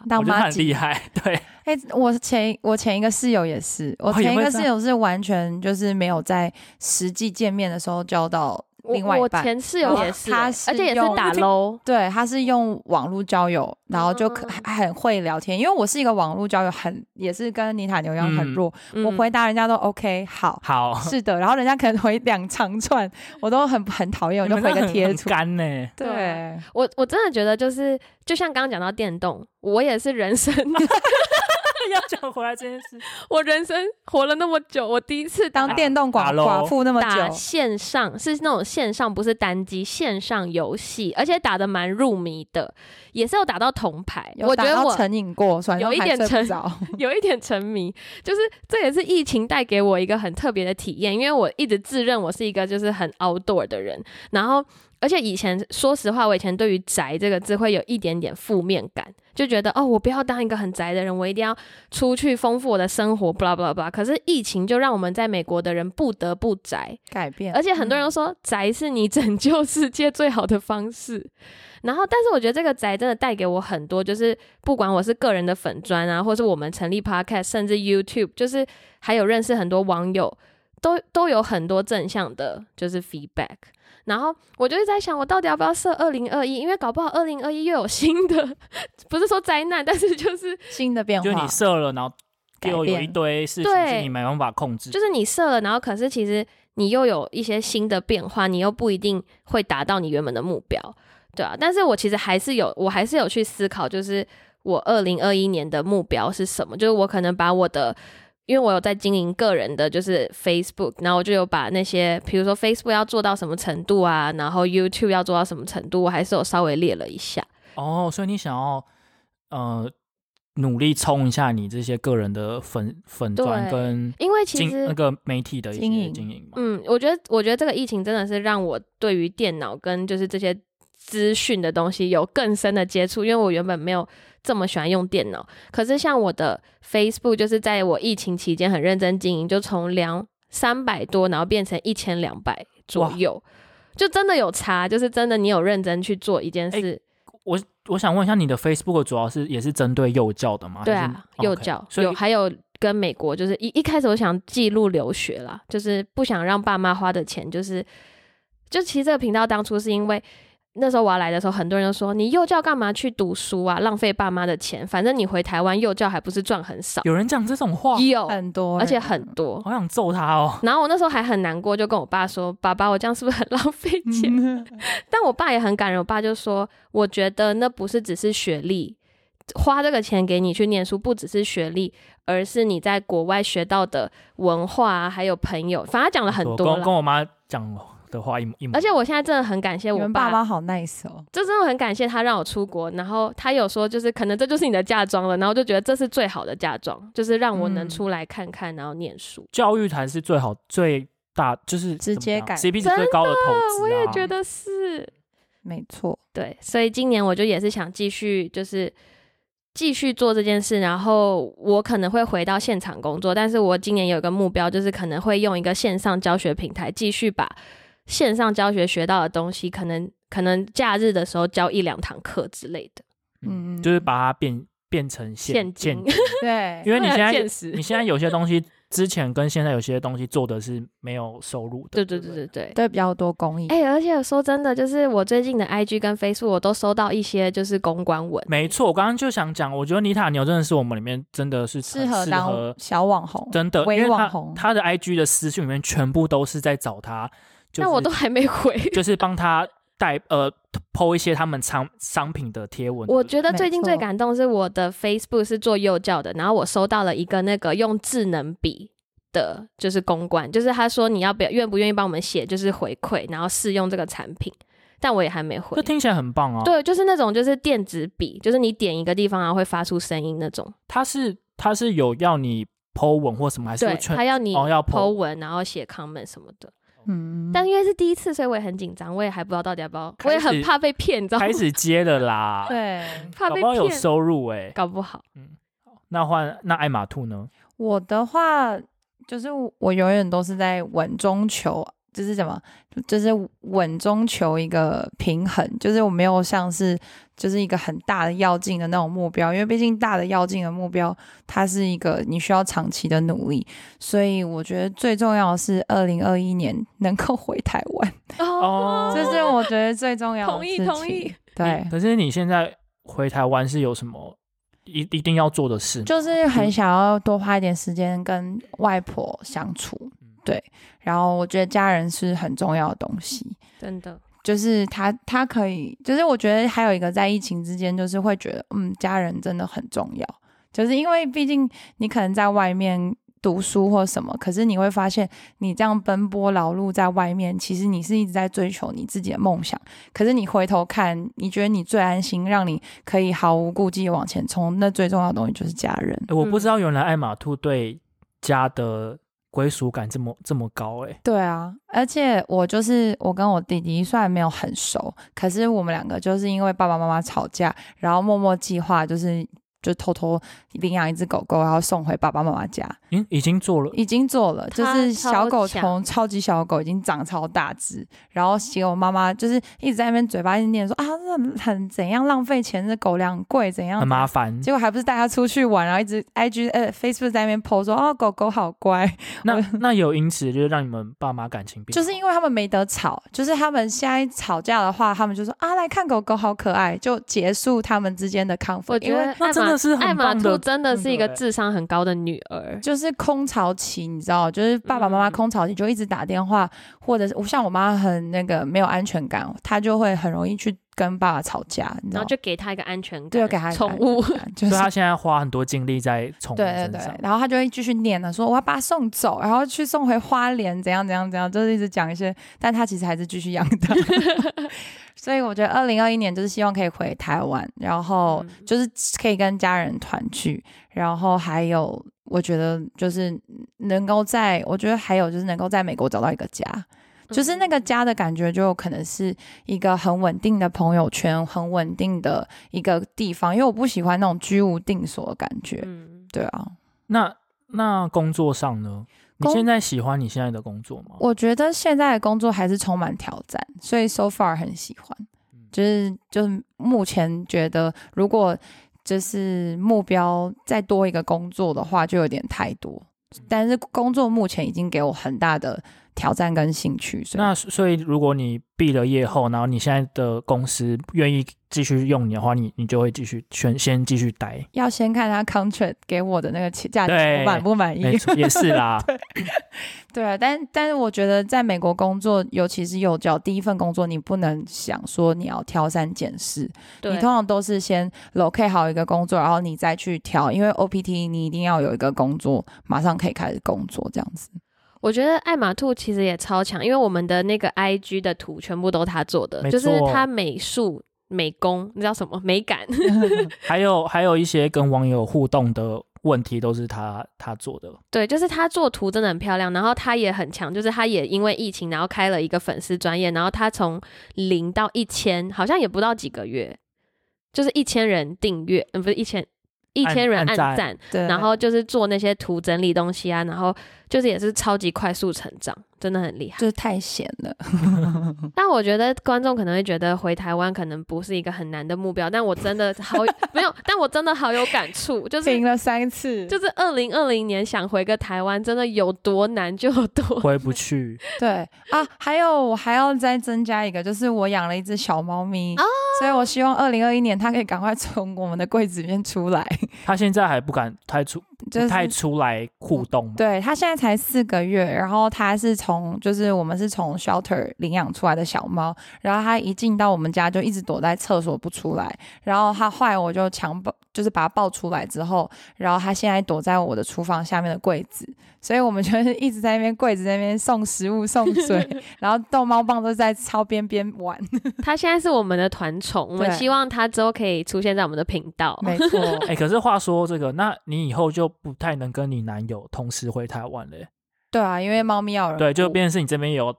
[SPEAKER 1] 我
[SPEAKER 3] 当
[SPEAKER 1] 觉得他
[SPEAKER 3] 妈
[SPEAKER 1] 很
[SPEAKER 3] 吉
[SPEAKER 1] 厉害。对，
[SPEAKER 3] 哎、我前我前一个室友也是，我
[SPEAKER 1] 哦也
[SPEAKER 3] 前一
[SPEAKER 1] 会
[SPEAKER 3] 个
[SPEAKER 1] 这
[SPEAKER 3] 室
[SPEAKER 1] 样
[SPEAKER 3] 友是完全就是没有在实际见面的时候交到
[SPEAKER 2] 我
[SPEAKER 3] 另外
[SPEAKER 2] 我
[SPEAKER 3] 一半，哦
[SPEAKER 2] 前室友也是欸，
[SPEAKER 3] 他是
[SPEAKER 2] 而且也是
[SPEAKER 3] 用
[SPEAKER 2] 打 LO，
[SPEAKER 3] 对，他是用网络交友，然后就可
[SPEAKER 2] 嗯嗯
[SPEAKER 3] 很会聊天，因为我是一个网络交友很也是跟妮塔牛一样很
[SPEAKER 1] 嗯
[SPEAKER 3] 弱，我
[SPEAKER 2] 嗯
[SPEAKER 3] 回答人家都 OK 好。
[SPEAKER 1] 好，
[SPEAKER 3] 是的，然后人家可能回两长串，我都很很讨厌，我
[SPEAKER 1] 你
[SPEAKER 3] 就
[SPEAKER 1] 们
[SPEAKER 3] 回
[SPEAKER 1] 真的
[SPEAKER 3] 个
[SPEAKER 1] 很
[SPEAKER 3] 贴
[SPEAKER 1] 很
[SPEAKER 3] 图。
[SPEAKER 1] 干呢。
[SPEAKER 3] 对
[SPEAKER 2] 对，我我真的觉得就是，就像刚刚讲到电动，我也是人生，啊
[SPEAKER 1] 要讲回来这件事，
[SPEAKER 2] 我人生活了那么久，我第一次打
[SPEAKER 3] 当电动
[SPEAKER 1] 打
[SPEAKER 3] 寡
[SPEAKER 1] 咯
[SPEAKER 3] 寡妇那么
[SPEAKER 2] 打
[SPEAKER 3] 久，
[SPEAKER 2] 线上是那种线上，不是单机线上游戏，而且打的蛮入迷的，也是有打到铜牌。
[SPEAKER 3] 有
[SPEAKER 2] 我觉
[SPEAKER 3] 打
[SPEAKER 2] 得
[SPEAKER 3] 到
[SPEAKER 2] 我
[SPEAKER 3] 成瘾过，所以
[SPEAKER 2] 有一
[SPEAKER 3] 还
[SPEAKER 2] 点
[SPEAKER 3] 睡不
[SPEAKER 2] 成
[SPEAKER 3] 着
[SPEAKER 2] 有一点沉迷，就是这也是疫情带给我一个很特别的体验，因为我一直自认我是一个就是很 outdoor 的人，然后而且以前说实话，我以前对于宅这个字会有一点点负面感，就觉得哦，我不要当一个很宅的人，我一定要出去丰富我的生活，blah blah blah。可是疫情就让我们在美国的人不得不宅，
[SPEAKER 3] 改变。嗯
[SPEAKER 2] 而且很多人都说宅是你拯救世界最好的方式。然后，但是我觉得这个宅真的带给我很多，就是不管我是个人的粉砖啊，或是我们成立 podcast，甚至 YouTube，就是还有认识很多网友，都都有很多正向的，就是 feedback。然后我就一直在想，我到底要不要设二零二一？因为搞不好二零二一又有新的， 不是说灾难，但是就是
[SPEAKER 3] 新的变
[SPEAKER 1] 就
[SPEAKER 3] 化
[SPEAKER 1] 你，射了，然后
[SPEAKER 3] 改
[SPEAKER 1] 又有一
[SPEAKER 3] 变
[SPEAKER 1] 堆事情是
[SPEAKER 2] 对
[SPEAKER 1] 你没办法控制，
[SPEAKER 2] 就是你设了，然后可是其实你又有一些新的变化，你又不一定会达到你原本的目标，对啊。但是我其实还是有，我还是有去思考，就是我二零二一年的目标是什么？就是我可能把我的。因为我有在经营个人的，就是 Facebook，然后我就有把那些，比如说 Facebook 要做到什么程度啊，然后 YouTube 要做到什么程度，我还是有稍微列了一下。
[SPEAKER 1] 哦，所以你想要呃努力冲一下你这些个人的粉粉砖
[SPEAKER 2] 对
[SPEAKER 1] 跟
[SPEAKER 2] 因为其
[SPEAKER 1] 经呃
[SPEAKER 2] 实
[SPEAKER 1] 那个媒体的一
[SPEAKER 3] 经
[SPEAKER 1] 些
[SPEAKER 3] 营
[SPEAKER 1] 经营嘛。
[SPEAKER 2] 嗯，我觉得，我觉得这个疫情真的是让我对于电脑跟就是这些资讯的东西有更深的接触，因为我原本没有这么喜欢用电脑。可是像我的 Facebook，就是在我疫情期间很认真经营，就从两三百多，然后变成一千两百左
[SPEAKER 1] 哇
[SPEAKER 2] 右，就真的有差，就是真的你有认真去做一件
[SPEAKER 1] 哎
[SPEAKER 2] 事，
[SPEAKER 1] 我我想问一下，你的 Facebook 主要是也是针对幼教的吗？
[SPEAKER 2] 对
[SPEAKER 1] 还是哦
[SPEAKER 2] 啊，幼
[SPEAKER 1] OK，
[SPEAKER 2] 教
[SPEAKER 1] 所以
[SPEAKER 2] 有还有跟美国，就是一一开始我想记录留学啦，就是不想让爸妈花的钱，就是就其实这个频道当初是因为。那时候我要来的时候，很多人就说：“你幼教干嘛去读书啊？浪费爸妈的钱，反正你回台湾幼教还不是赚很少。
[SPEAKER 1] 有人讲这种话，
[SPEAKER 2] 有，
[SPEAKER 3] 很多，
[SPEAKER 2] 哦而且很多。
[SPEAKER 1] 好想揍他哦！
[SPEAKER 2] 然后我那时候还很难过，就跟我爸说：“爸爸，我这样是不是很 浪费
[SPEAKER 3] 嗯
[SPEAKER 2] 钱？” 但我爸也很感人，我爸就说：“我觉得那不是只是学历，花这个钱给你去念书，不只是学历，而是你在国外学到的文化啊、还有朋友。”反正他讲了很
[SPEAKER 1] 我
[SPEAKER 2] 多
[SPEAKER 1] 跟跟
[SPEAKER 2] 了。
[SPEAKER 1] 我妈讲的话一模一模一样。
[SPEAKER 2] 而且我现在真的很感谢
[SPEAKER 3] 你
[SPEAKER 2] 我
[SPEAKER 3] 们爸妈好 nice 哦，
[SPEAKER 2] 这真的很感谢他让我出国，然后他有说就是可能这就是你的嫁妆了，然后就觉得这是最好的嫁妆，就是让我能
[SPEAKER 3] 嗯
[SPEAKER 2] 出来看看，然后念书。
[SPEAKER 1] 教育才是最好最大，就是
[SPEAKER 3] 直接改
[SPEAKER 1] CP 值
[SPEAKER 2] 真
[SPEAKER 1] 最高的投资、啊。
[SPEAKER 2] 我也觉得是，
[SPEAKER 3] 没 错，
[SPEAKER 2] 对，所以今年我就也是想继续就是继续做这件事，然后我可能会回到现场工作，但是我今年有一个目标，就是可能会用一个线上教学平台继续把线上教学学到的东西，可能可能假日的时候教一两堂课之类的。
[SPEAKER 1] 嗯，
[SPEAKER 3] 嗯
[SPEAKER 1] 就是把它变变成现
[SPEAKER 2] 现金
[SPEAKER 3] 对，
[SPEAKER 1] 因为你现在
[SPEAKER 2] 现实
[SPEAKER 1] 你现在有些东西之前跟现在有些东西做的是没有收入的，
[SPEAKER 2] 对对对对对，
[SPEAKER 3] 对比较多公益，
[SPEAKER 2] 哎、而且说真的，就是我最近的 IG 跟 Facebook 我都收到一些就是公关文，
[SPEAKER 1] 没错，我刚刚就想讲，我觉得妮塔牛真的是我们里面真的是
[SPEAKER 3] 适
[SPEAKER 1] 很
[SPEAKER 3] 合
[SPEAKER 1] 适合
[SPEAKER 3] 当小网
[SPEAKER 2] 哦
[SPEAKER 3] 红，
[SPEAKER 1] 真的，因
[SPEAKER 3] 微
[SPEAKER 1] 为
[SPEAKER 3] 网
[SPEAKER 1] 他
[SPEAKER 3] 红
[SPEAKER 1] 他的 IG 的私讯里面全部都是在找他，就是
[SPEAKER 2] 但我都还没回。
[SPEAKER 1] 就是帮他带呃剖一些他们商商品的贴文。
[SPEAKER 2] 我觉得最近
[SPEAKER 3] 没错
[SPEAKER 2] 最感动是我的 Facebook 是做幼教的，然后我收到了一个那个用智能笔的，就是公关，就是他说你要不要愿不愿意帮我们写就是回馈，然后试用这个产品，但我也还没回
[SPEAKER 1] 这。听起来很棒啊！，
[SPEAKER 2] 对，就是那种就是电子笔，就是你点一个地方然后会发出声音那种。
[SPEAKER 1] 他是他是有要你剖文或什么，还是
[SPEAKER 2] 对
[SPEAKER 1] 会，劝
[SPEAKER 2] 他要你
[SPEAKER 1] 哦要
[SPEAKER 2] po
[SPEAKER 1] po
[SPEAKER 2] 文，然后写 comment 什么的。
[SPEAKER 3] 嗯，，，
[SPEAKER 2] 但因为是第一次，所以我也很紧张，我也还不知道到底要不要，
[SPEAKER 1] 开
[SPEAKER 2] 我也
[SPEAKER 1] 始
[SPEAKER 2] 很怕被骗，你知道吗
[SPEAKER 1] 开？始接了啦
[SPEAKER 3] 对。
[SPEAKER 2] 怕
[SPEAKER 1] 搞
[SPEAKER 2] 被
[SPEAKER 1] 不好有
[SPEAKER 2] 骗，
[SPEAKER 1] 收入哎、
[SPEAKER 2] 搞不好。
[SPEAKER 1] 那换那艾玛兔呢？
[SPEAKER 3] 我的话，就是我我永远都是在稳中求，就是怎么，就是稳中求一个平衡，就是我没有像是就是一个很大的要进的那种目标，因为毕竟大的要进的目标，它是一个你需要长期的努力，所以我觉得最重要的是二零二一年能够回台湾，
[SPEAKER 1] 哦
[SPEAKER 3] 这是我觉得最重要的
[SPEAKER 2] 同意
[SPEAKER 3] 事
[SPEAKER 2] 同
[SPEAKER 3] 情
[SPEAKER 2] 意，
[SPEAKER 3] 对。
[SPEAKER 1] 可是你现在回台湾是有什么一一定要做的事吗？
[SPEAKER 3] 就是很想要多花一点时间跟外婆相处，对。然后我觉得家人是很重要的东西，
[SPEAKER 2] 真的。
[SPEAKER 3] 就是他他可以，就是我觉得还有一个在疫情之间，就是会觉得嗯，家人真的很重要，就是因为毕竟你可能在外面。读书或什么，可是你会发现，你这样奔波劳碌在外面，其实你是一直在追求你自己的梦想。可是你回头看，你觉得你最安心，让你可以毫无顾忌地往前冲，那最重要的东西就是家人。
[SPEAKER 1] 欸我不
[SPEAKER 2] 嗯
[SPEAKER 1] 知道原来艾玛兔对家的归属感这么这么高哎、
[SPEAKER 3] 对啊，而且我就是我跟我弟弟虽然没有很熟，可是我们两个就是因为爸爸妈妈吵架，然后默默计划就是就偷偷领养一只狗狗，然后送回爸爸妈妈家，
[SPEAKER 1] 嗯，已经做了，
[SPEAKER 3] 已经做了，就
[SPEAKER 2] 它
[SPEAKER 3] 是小狗
[SPEAKER 2] 超强
[SPEAKER 3] 从超级小狗已经长超大只，然后结果我妈妈就是一直在那边嘴巴一直念说啊，这很很怎样浪费钱，这狗粮很贵怎样
[SPEAKER 1] 很麻
[SPEAKER 3] 烦。
[SPEAKER 1] 烦。
[SPEAKER 3] 结果还不是带它出去玩，然后一直 IG 呃 Facebook 在那边 po 说哦狗狗好乖，
[SPEAKER 1] 那那有因此就是让你们爸妈感情变
[SPEAKER 3] 就
[SPEAKER 1] 好，
[SPEAKER 3] 是因为他们没得吵，就是他们现在吵架的话，他们就说啊，来看狗狗好可爱，就结束他们之间的 conflict。
[SPEAKER 2] 我觉
[SPEAKER 3] 因
[SPEAKER 2] 得
[SPEAKER 3] 为
[SPEAKER 2] 艾
[SPEAKER 1] 那真
[SPEAKER 2] 玛
[SPEAKER 1] 的是
[SPEAKER 2] 艾
[SPEAKER 1] 很
[SPEAKER 2] 玛
[SPEAKER 1] 棒
[SPEAKER 2] 兔
[SPEAKER 1] 的，
[SPEAKER 2] 真的是一
[SPEAKER 1] 那
[SPEAKER 2] 个
[SPEAKER 3] 哎
[SPEAKER 1] 个欸
[SPEAKER 2] 智商很高的女儿，
[SPEAKER 3] 就是空巢期，你知道，就是爸爸妈妈
[SPEAKER 2] 嗯
[SPEAKER 3] 空巢期就一直打电话，或者是像我妈很那个没有安全感，她就会很容易去跟爸爸吵架，你知
[SPEAKER 2] 然
[SPEAKER 3] 道
[SPEAKER 2] 后。就给她一个安全感，
[SPEAKER 3] 对，给她一个
[SPEAKER 2] 宠物
[SPEAKER 3] 安。全感 就
[SPEAKER 1] 所以
[SPEAKER 3] 是
[SPEAKER 1] 他现在花很多精力在宠物
[SPEAKER 3] 对对啊
[SPEAKER 1] 身
[SPEAKER 3] 对
[SPEAKER 1] 上，。
[SPEAKER 3] 然后他就会继续念了，说我要把它送走，然后去送回花莲，怎样怎样怎样，就是一直讲一些，但他其实还是继续养它。所以我觉得二零二一年就是希望可以回台湾，然后
[SPEAKER 2] 嗯
[SPEAKER 3] 就是可以跟家人团聚，然后还有我觉得就是能够在，我觉得还有就是能够在美国找到一个家，就是那个家的感觉，就可能是一个很稳定的朋友圈，很稳定的一个地方，因为我不喜欢那种居无定所的感觉。
[SPEAKER 2] 嗯，
[SPEAKER 3] 对啊，
[SPEAKER 1] 那那工作上呢？你
[SPEAKER 3] 工
[SPEAKER 1] 现在喜欢你现在的工作吗？
[SPEAKER 3] 我觉得现在的工作还是充满挑战，所以 so far 很喜欢。嗯就是就是目前觉得，如果就是目标再多一个工作的话，就有点太多。但是工作目前已经给我很大的挑战跟兴趣，所以
[SPEAKER 1] 那所以如果你毕了业后，然后你现在的公司愿意继续用你的话，你你就会继续先先继续 待。
[SPEAKER 3] 要先看他 contract 给我的那个期价值
[SPEAKER 1] 对
[SPEAKER 3] 我满不满
[SPEAKER 1] 没
[SPEAKER 3] 意。
[SPEAKER 1] 错，也是啦。
[SPEAKER 3] 对，啊但但是我觉得在美国工作，尤其是幼教第一份工作，你不能想说你要挑三拣四，你
[SPEAKER 2] 对
[SPEAKER 3] 通，常都是先 locate 好一个工作，然后你再去挑，因为 OPT 你一定要有一个工作，马上可以开始工作这样子。
[SPEAKER 2] 我觉得爱马兔其实也超强，因为我们的那个 IG 的图全部都他做的，
[SPEAKER 1] 没
[SPEAKER 2] 就是
[SPEAKER 1] 错
[SPEAKER 2] 他美术、美工，你知道什么美 感？
[SPEAKER 1] 还有还有一些跟网友互动的问题都是他他做的，
[SPEAKER 2] 对，就是他做图真的很漂亮，然后他也很强，就是他也因为疫情，然后开了一个粉丝专业，然后他从零到一千，好像也不到几个月，就是一千人订阅，嗯，不是一千。一千人
[SPEAKER 1] 按
[SPEAKER 2] 按
[SPEAKER 1] 赞
[SPEAKER 2] 赞，
[SPEAKER 3] 对，
[SPEAKER 2] 然后就是做那些图整理东西啊，然后就是也是超级快速成长，真的很厉害。
[SPEAKER 3] 就是太闲了，嗯
[SPEAKER 2] 但我觉得观众可能会觉得回台湾可能不是一个很难的目标，但我真的好 没有，但我真的好有感触， 就是
[SPEAKER 3] 停了三次，
[SPEAKER 2] 就是二零二零年想回个台湾，真的有多难就有多
[SPEAKER 1] 回不去。
[SPEAKER 3] 对啊，还有我还要再增加一个，就是我养了一只小猫咪，
[SPEAKER 2] 哦
[SPEAKER 3] 所以我希望二零二一年它可以赶快从我们的柜子里面出来，
[SPEAKER 1] 他现在还不敢太出，
[SPEAKER 3] 就是
[SPEAKER 1] 不太出来互动 嘛。
[SPEAKER 3] 对，它现在才四个月，然后它是从就是我们是从 shelter 领养出来的小猫，然后它一进到我们家就一直躲在厕所不出来，然后它后来我就强抱，就是把它抱出来之后，然后它现在躲在我的厨房下面的柜子，所以我们就是 一直在那边柜子那边送食物送 水，然后逗猫棒都在超边边玩，
[SPEAKER 2] 他现在是我们的团宠，我们
[SPEAKER 3] 对
[SPEAKER 2] 希望他之后可以出现在我们的频道。
[SPEAKER 3] 没错，
[SPEAKER 1] 哎、可是话说这个，那你以后就不太能跟你男友同时回台湾嘞、
[SPEAKER 3] 对啊，因为猫咪要有人
[SPEAKER 1] 对，就
[SPEAKER 3] 顾
[SPEAKER 1] 变成是你这边也有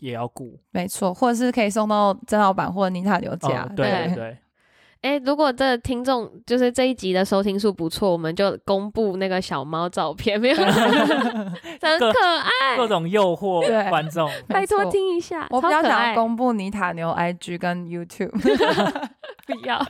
[SPEAKER 1] 也要顾。
[SPEAKER 3] 没错，或者是可以送到曾老板或者妮塔刘家，
[SPEAKER 1] 哦、对对
[SPEAKER 2] 对
[SPEAKER 1] 对，
[SPEAKER 2] 哎、如果这听众就是这一集的收听数不错，我们就公布那个小猫照片，没有？真
[SPEAKER 1] 各
[SPEAKER 2] 可爱，
[SPEAKER 1] 各种诱惑
[SPEAKER 3] 哎对
[SPEAKER 1] 观众。
[SPEAKER 3] 没
[SPEAKER 2] 拜托
[SPEAKER 3] 错
[SPEAKER 2] 听一下，
[SPEAKER 3] 我比
[SPEAKER 2] 超
[SPEAKER 3] 较
[SPEAKER 2] 可
[SPEAKER 3] 想
[SPEAKER 2] 爱
[SPEAKER 3] 要。公布妮塔牛 IG 跟 YouTube，
[SPEAKER 2] 不要，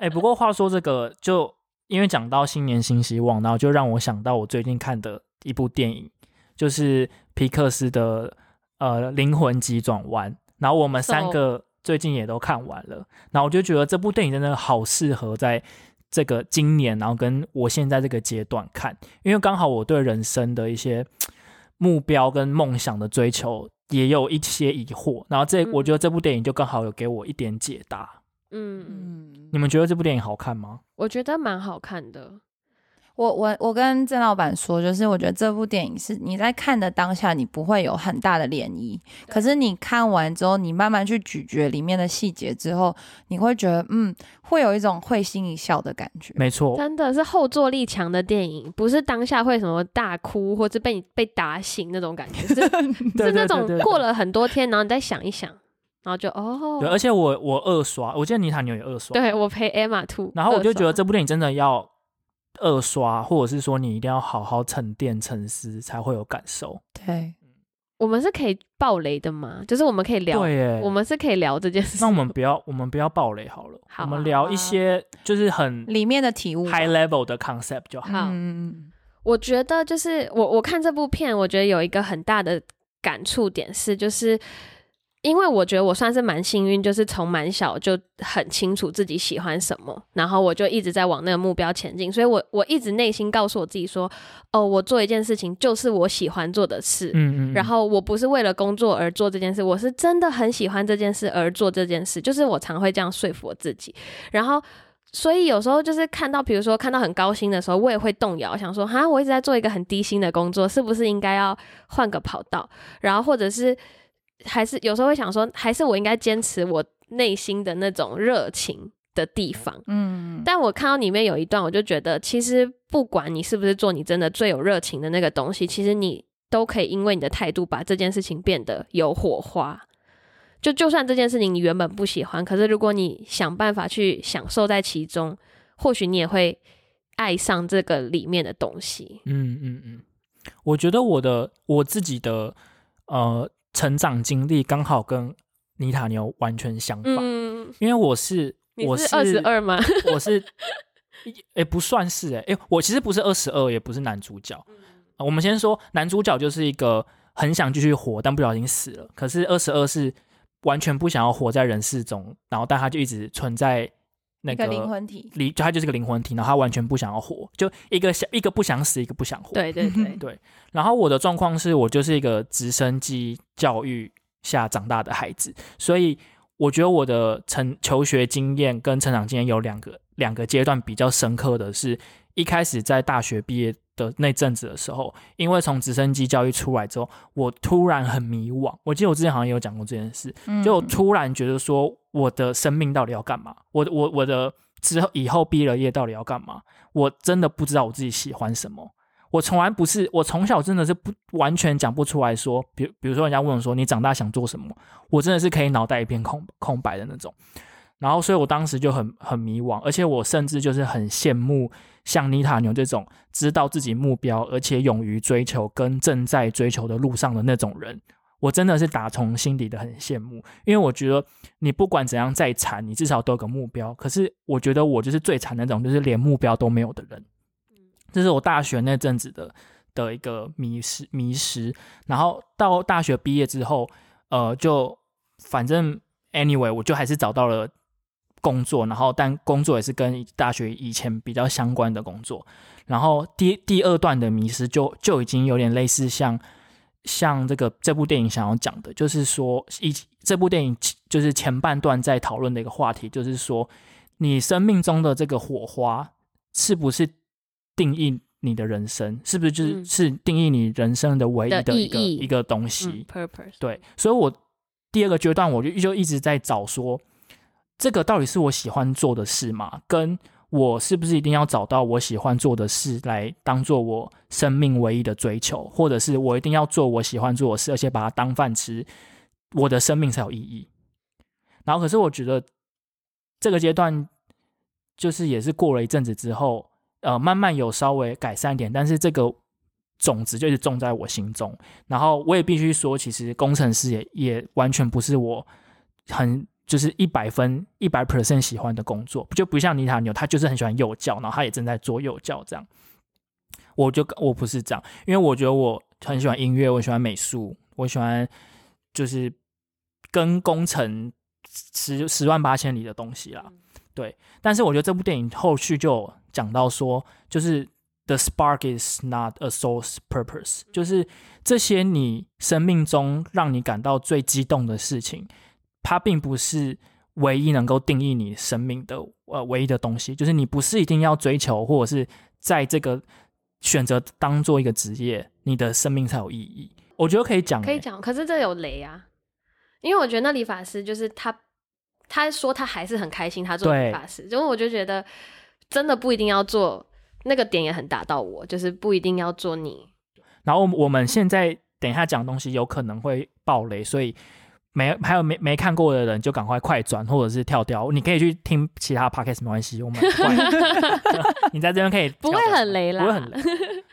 [SPEAKER 1] 哎、不过话说这个，就因为讲到新年新希望，然后就让我想到我最近看的一部电影，就是皮克斯的呃《灵魂急转弯》，然后我们三个最近也都看完了，然后我就觉得这部电影真的好适合在。这个今年，然后跟我现在这个阶段看，因为刚好我对人生的一些目标跟梦想的追求也有一些疑惑，然后这、我觉得这部电影就刚好有给我一点解答。
[SPEAKER 2] 嗯，
[SPEAKER 3] 嗯，
[SPEAKER 1] 你们觉得这部电影好看吗？
[SPEAKER 2] 我觉得蛮好看的。
[SPEAKER 3] 我我我跟郑老板说，就是我觉得这部电影是你在看的当下，你不会有很大的涟漪，可是你看完之后，你慢慢去咀嚼里面的细节之后，你会觉得嗯，会有一种会心一笑的感觉。
[SPEAKER 1] 没错，
[SPEAKER 2] 真的是后坐力强的电影，不是当下会什么大哭，或是被你被打醒那种感觉，是
[SPEAKER 1] 对
[SPEAKER 2] 是那
[SPEAKER 1] 对对
[SPEAKER 2] 种
[SPEAKER 1] 对
[SPEAKER 2] 过了很多天，然后你再想一想，然后就哦，
[SPEAKER 1] 对，而且我我二刷，我记得尼塔牛也二刷，
[SPEAKER 2] 对我陪 Emma 吐，
[SPEAKER 1] 然后我就
[SPEAKER 2] 二
[SPEAKER 1] 觉得
[SPEAKER 2] 刷
[SPEAKER 1] 这部电影真的要二刷，或者是说你一定要好好沉淀沉思，才会有感受。
[SPEAKER 3] 对，
[SPEAKER 2] 我们是可以爆雷的嘛，就是我们可以聊，
[SPEAKER 1] 对耶，
[SPEAKER 2] 我们是可以聊这件事。
[SPEAKER 1] 那我们不要我们不要暴雷好了，
[SPEAKER 2] 好啊啊
[SPEAKER 1] 我们聊一些就是很
[SPEAKER 3] 里面的体悟吧。
[SPEAKER 1] high level 的 concept 就好。
[SPEAKER 2] 好
[SPEAKER 3] 嗯，
[SPEAKER 2] 我觉得就是我我看这部片，我觉得有一个很大的感触点是，就是因为我觉得我算是蛮幸运，就是从蛮小就很清楚自己喜欢什么，然后我就一直在往那个目标前进，所以我我一直内心告诉我自己说，哦，我做一件事情就是我喜欢做的事，
[SPEAKER 1] 嗯嗯，嗯
[SPEAKER 2] 然后我不是为了工作而做这件事，我是真的很喜欢这件事而做这件事，就是我常会这样说服我自己。然后，所以有时候就是看到，比如说看到很高薪的时候，我也会动摇，想说哈，我一直在做一个很低薪的工作，是不是应该要换个跑道？然后或者是还是有时候会想说，还是我应该坚持我内心的那种热情的地方。
[SPEAKER 3] 嗯，
[SPEAKER 2] 但我看到里面有一段，我就觉得，其实不管你是不是做你真的最有热情的那个东西，其实你都可以因为你的态度把这件事情变得有火花。就就算这件事情你原本不喜欢，可是如果你想办法去享受在其中，或许你也会爱上这个里面的东西。
[SPEAKER 1] 嗯嗯嗯，我觉得我的我自己的呃成长经历刚好跟尼塔牛完全相反，
[SPEAKER 2] 嗯，
[SPEAKER 1] 因为我是
[SPEAKER 2] 你
[SPEAKER 1] 我
[SPEAKER 2] 是二十二吗？
[SPEAKER 1] 我是，哎、不算是哎、诶我其实不是二十二，也不是男主角、
[SPEAKER 3] 嗯
[SPEAKER 1] 啊我们先说男主角就是一个很想继续活，但不小心死了。可是二十二是完全不想要活在人世中，然后但他就一直存在那
[SPEAKER 3] 一
[SPEAKER 1] 个
[SPEAKER 3] 个灵魂体，
[SPEAKER 1] 离就他就是个灵魂体，然后他完全不想要活，就一个想一个不想死，一个不想活。
[SPEAKER 2] 对 对嗯对，
[SPEAKER 1] 然后我的状况是我就是一个直升机教育下长大的孩子，所以我觉得我的成求学经验跟成长经验有两个两个阶段比较深刻的是，一开始在大学毕业的那阵子的时候，因为从直升机教育出来之后，我突然很迷惘。我记得我之前好像也有讲过这件事，
[SPEAKER 3] 嗯
[SPEAKER 1] 就我突然觉得说，我的生命到底要干嘛？我的我我的之后以后毕了业到底要干嘛？我真的不知道我自己喜欢什么。我从来不是，我从小真的是不完全讲不出来说，比如比如说人家问我说你长大想做什么，我真的是可以脑袋一片空空白的那种。然后，所以我当时就很很迷惘，而且我甚至就是很羡慕像妮塔牛这种知道自己目标，而且勇于追求跟正在追求的路上的那种人。我真的是打从心底的很羡慕，因为我觉得你不管怎样再惨，你至少都有个目标。可是我觉得我就是最惨那种，就是连目标都没有的人。这是我大学那阵子的的一个迷失迷失。然后到大学毕业之后，呃，就反正 anyway，我就还是找到了工作，然后但工作也是跟大学以前比较相关的工作。然后第第二段的迷失就就已经有点类似像像这个这部电影想要讲的，就是说一这部电影就是前半段在讨论的一个话题，就是说你生命中的这个火花是不是定义你的人生，是不是就是、
[SPEAKER 2] 嗯
[SPEAKER 1] 是定义你人生的唯一
[SPEAKER 2] 的
[SPEAKER 1] 的一
[SPEAKER 2] 意
[SPEAKER 1] 个
[SPEAKER 2] 义
[SPEAKER 1] 一个东西？
[SPEAKER 2] 嗯，purpose，
[SPEAKER 1] 对，所以我第二个阶段我就就一直在找说，这个到底是我喜欢做的事吗？跟我是不是一定要找到我喜欢做的事来当做我生命唯一的追求，或者是我一定要做我喜欢做的事，而且把它当饭吃，我的生命才有意义。然后，可是我觉得这个阶段就是也是过了一阵子之后，呃，慢慢有稍微改善一点，但是这个种子就是种在我心中。然后我也必须说，其实工程师也也完全不是我很就是一百分一百 percent 喜欢的工作，就不像尼塔牛，他就是很喜欢幼教，然后他也正在做幼教这样。我就我不是这样，因为我觉得我很喜欢音乐，我喜欢美术，我喜欢就是跟工程十十万八千里的东西啦。
[SPEAKER 2] 嗯
[SPEAKER 1] 对，但是我觉得这部电影后续就有讲到说，就是 the spark is not a source purpose，就是
[SPEAKER 2] 嗯
[SPEAKER 1] 这些你生命中让你感到最激动的事情，它并不是唯一能够定义你生命的呃唯一的东西，就是你不是一定要追求，或者是在这个选择当做一个职业，你的生命才有意义。我觉得可以讲、
[SPEAKER 2] 可以
[SPEAKER 1] 欸
[SPEAKER 2] 讲，可是这有雷啊，因为我觉得那理发师就是他，他说他还是很开心，他做
[SPEAKER 1] 对
[SPEAKER 2] 理发师，因为我就觉得真的不一定要做那个点也很打到我，就是不一定要做你，
[SPEAKER 1] 然后我们现在等一下讲的东西有可能会爆雷，所以没还有没没看过的人就赶快快转或者是跳掉。你可以去听其他 podcast 没关系，我们很 快你在这边可以
[SPEAKER 2] 不会
[SPEAKER 1] 跳掉
[SPEAKER 2] 很雷啦
[SPEAKER 1] 不会很雷，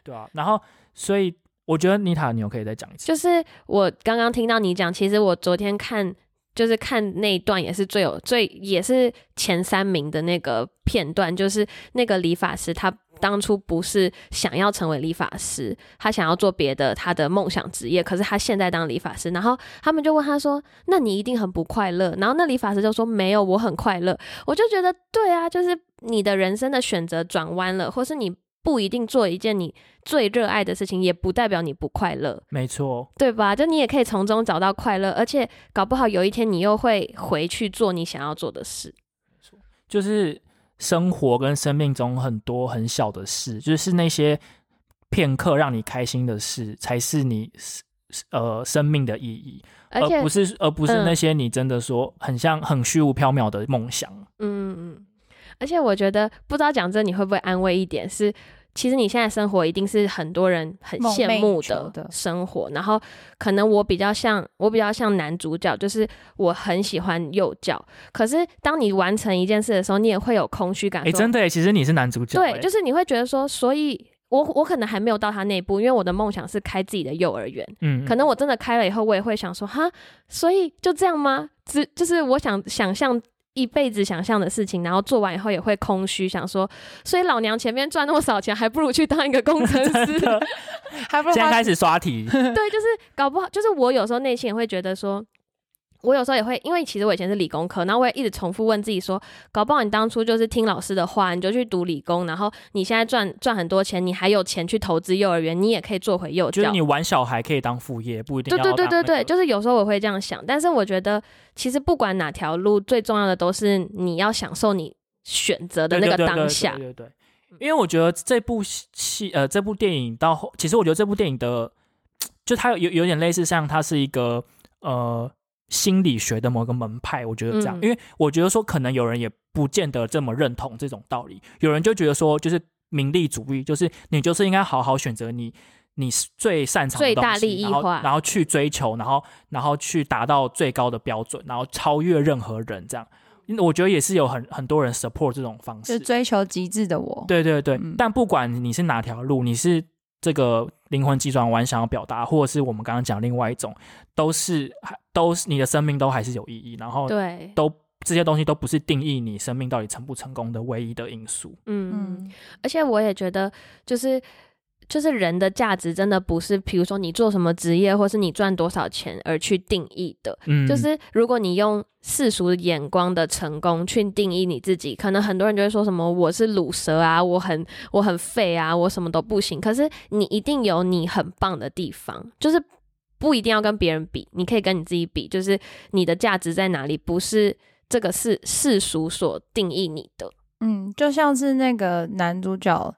[SPEAKER 1] 对啊。然后所以我觉得妮塔牛可以再讲一次，
[SPEAKER 2] 就是我刚刚听到你讲，其实我昨天看就是看那一段也是最有最也是前三名的那个片段，就是那个理发师他当初不是想要成为理发师，他想要做别的他的梦想职业，可是他现在当理发师，然后他们就问他说：“那你一定很不快乐？”然后那理发师就说：“没有，我很快乐。”我就觉得对啊，就是你的人生的选择转弯了，或是你。不一定做一件你最热爱的事情，也不代表你不快乐。
[SPEAKER 1] 没错，
[SPEAKER 2] 对吧？就你也可以从中找到快乐，而且搞不好有一天你又会回去做你想要做的事。
[SPEAKER 1] 就是生活跟生命中很多很小的事，就是那些片刻让你开心的事，才是你呃生命的意义。
[SPEAKER 2] 而且，
[SPEAKER 1] 呃不是而不是
[SPEAKER 2] 嗯
[SPEAKER 1] 那些你真的说很像很虚无缥缈的梦想。
[SPEAKER 2] 嗯嗯，而且我觉得不知道讲这你会不会安慰一点是。其实你现在生活一定是很多人很
[SPEAKER 3] 梦
[SPEAKER 2] 羡
[SPEAKER 3] 寐以
[SPEAKER 2] 慕
[SPEAKER 3] 求
[SPEAKER 2] 的
[SPEAKER 3] 的
[SPEAKER 2] 生活，然后可能我比较像我比较像男主角，就是我很喜欢幼教，可是当你完成一件事的时候，你也会有空虚感
[SPEAKER 1] 哎、
[SPEAKER 2] 说，
[SPEAKER 1] 真的耶，其实你是男主角耶，
[SPEAKER 2] 对，就是你会觉得说，所以我我可能还没有到他那一步，因为我的梦想是开自己的幼儿园，
[SPEAKER 1] 嗯，
[SPEAKER 2] 可能我真的开了以后，我也会想说，哈，所以就这样吗？只就是我想想象一辈子想象的事情，然后做完以后也会空虚，想说，所以老娘前面赚那么少钱，还不如去当一个工 程师。
[SPEAKER 3] 还不如
[SPEAKER 1] 现在
[SPEAKER 3] 花
[SPEAKER 1] 开始刷题，
[SPEAKER 2] 对，就是搞不好，就是我有时候内心也会觉得说。我有时候也会，因为其实我以前是理工科，然后我也一直重复问自己说，搞不好你当初就是听老师的话，你就去读理工，然后你现在赚赚很多钱，你还有钱去投资幼儿园，你也可以做回幼
[SPEAKER 1] 就是
[SPEAKER 2] 教
[SPEAKER 1] 你。玩小孩可以当副业，不一定
[SPEAKER 2] 对
[SPEAKER 1] 要
[SPEAKER 2] 对对
[SPEAKER 1] 当那
[SPEAKER 2] 对对，
[SPEAKER 1] 个
[SPEAKER 2] 就是有时候我会这样想，但是我觉得其实不管哪条路，最重要的都是你要享受你选择的那
[SPEAKER 1] 对
[SPEAKER 2] 个
[SPEAKER 1] 对对
[SPEAKER 2] 当
[SPEAKER 1] 对
[SPEAKER 2] 下。嗯
[SPEAKER 1] 对对对因为我觉得这部戏呃这部电影到后，其实我觉得这部电影的，就它有有有点类似像它是一个呃心理学的某个门派，我觉得这样，
[SPEAKER 2] 嗯
[SPEAKER 1] 因为我觉得说可能有人也不见得这么认同这种道理，有人就觉得说就是名利主义，就是你就是应该好好选择你。你最擅长的
[SPEAKER 2] 最
[SPEAKER 1] 东西
[SPEAKER 2] 大利益
[SPEAKER 1] 然后
[SPEAKER 2] 化
[SPEAKER 1] 然后去追求，然后然后去达到最高的标准，然后超越任何人，这样，嗯我觉得也是有很很多人 support 这种方
[SPEAKER 3] 就
[SPEAKER 1] 式，
[SPEAKER 3] 追求极致的我。
[SPEAKER 1] 对对对，
[SPEAKER 3] 嗯
[SPEAKER 1] 但不管你是哪条路，你是这个灵魂急转弯想要表达，或者是我们刚刚讲另外一种，都是还都是你的生命都还是有意义，然后
[SPEAKER 2] 对，
[SPEAKER 1] 都这些东西都不是定义你生命到底成不成功的唯一的因素。
[SPEAKER 2] 嗯，
[SPEAKER 3] 嗯，
[SPEAKER 2] 而且我也觉得，就是就是人的价值真的不是，比如说你做什么职业，或是你赚多少钱而去定义的。
[SPEAKER 1] 嗯，
[SPEAKER 2] 就是如果你用世俗眼光的成功去定义你自己，可能很多人就会说什么我是卤蛇啊，我很我很废啊，我什么都不行。可是你一定有你很棒的地方，就是不一定要跟别人比，你可以跟你自己比，就是你的价值在哪里，不是这个世世俗所定义你的。
[SPEAKER 3] 嗯，就像是那个男主角，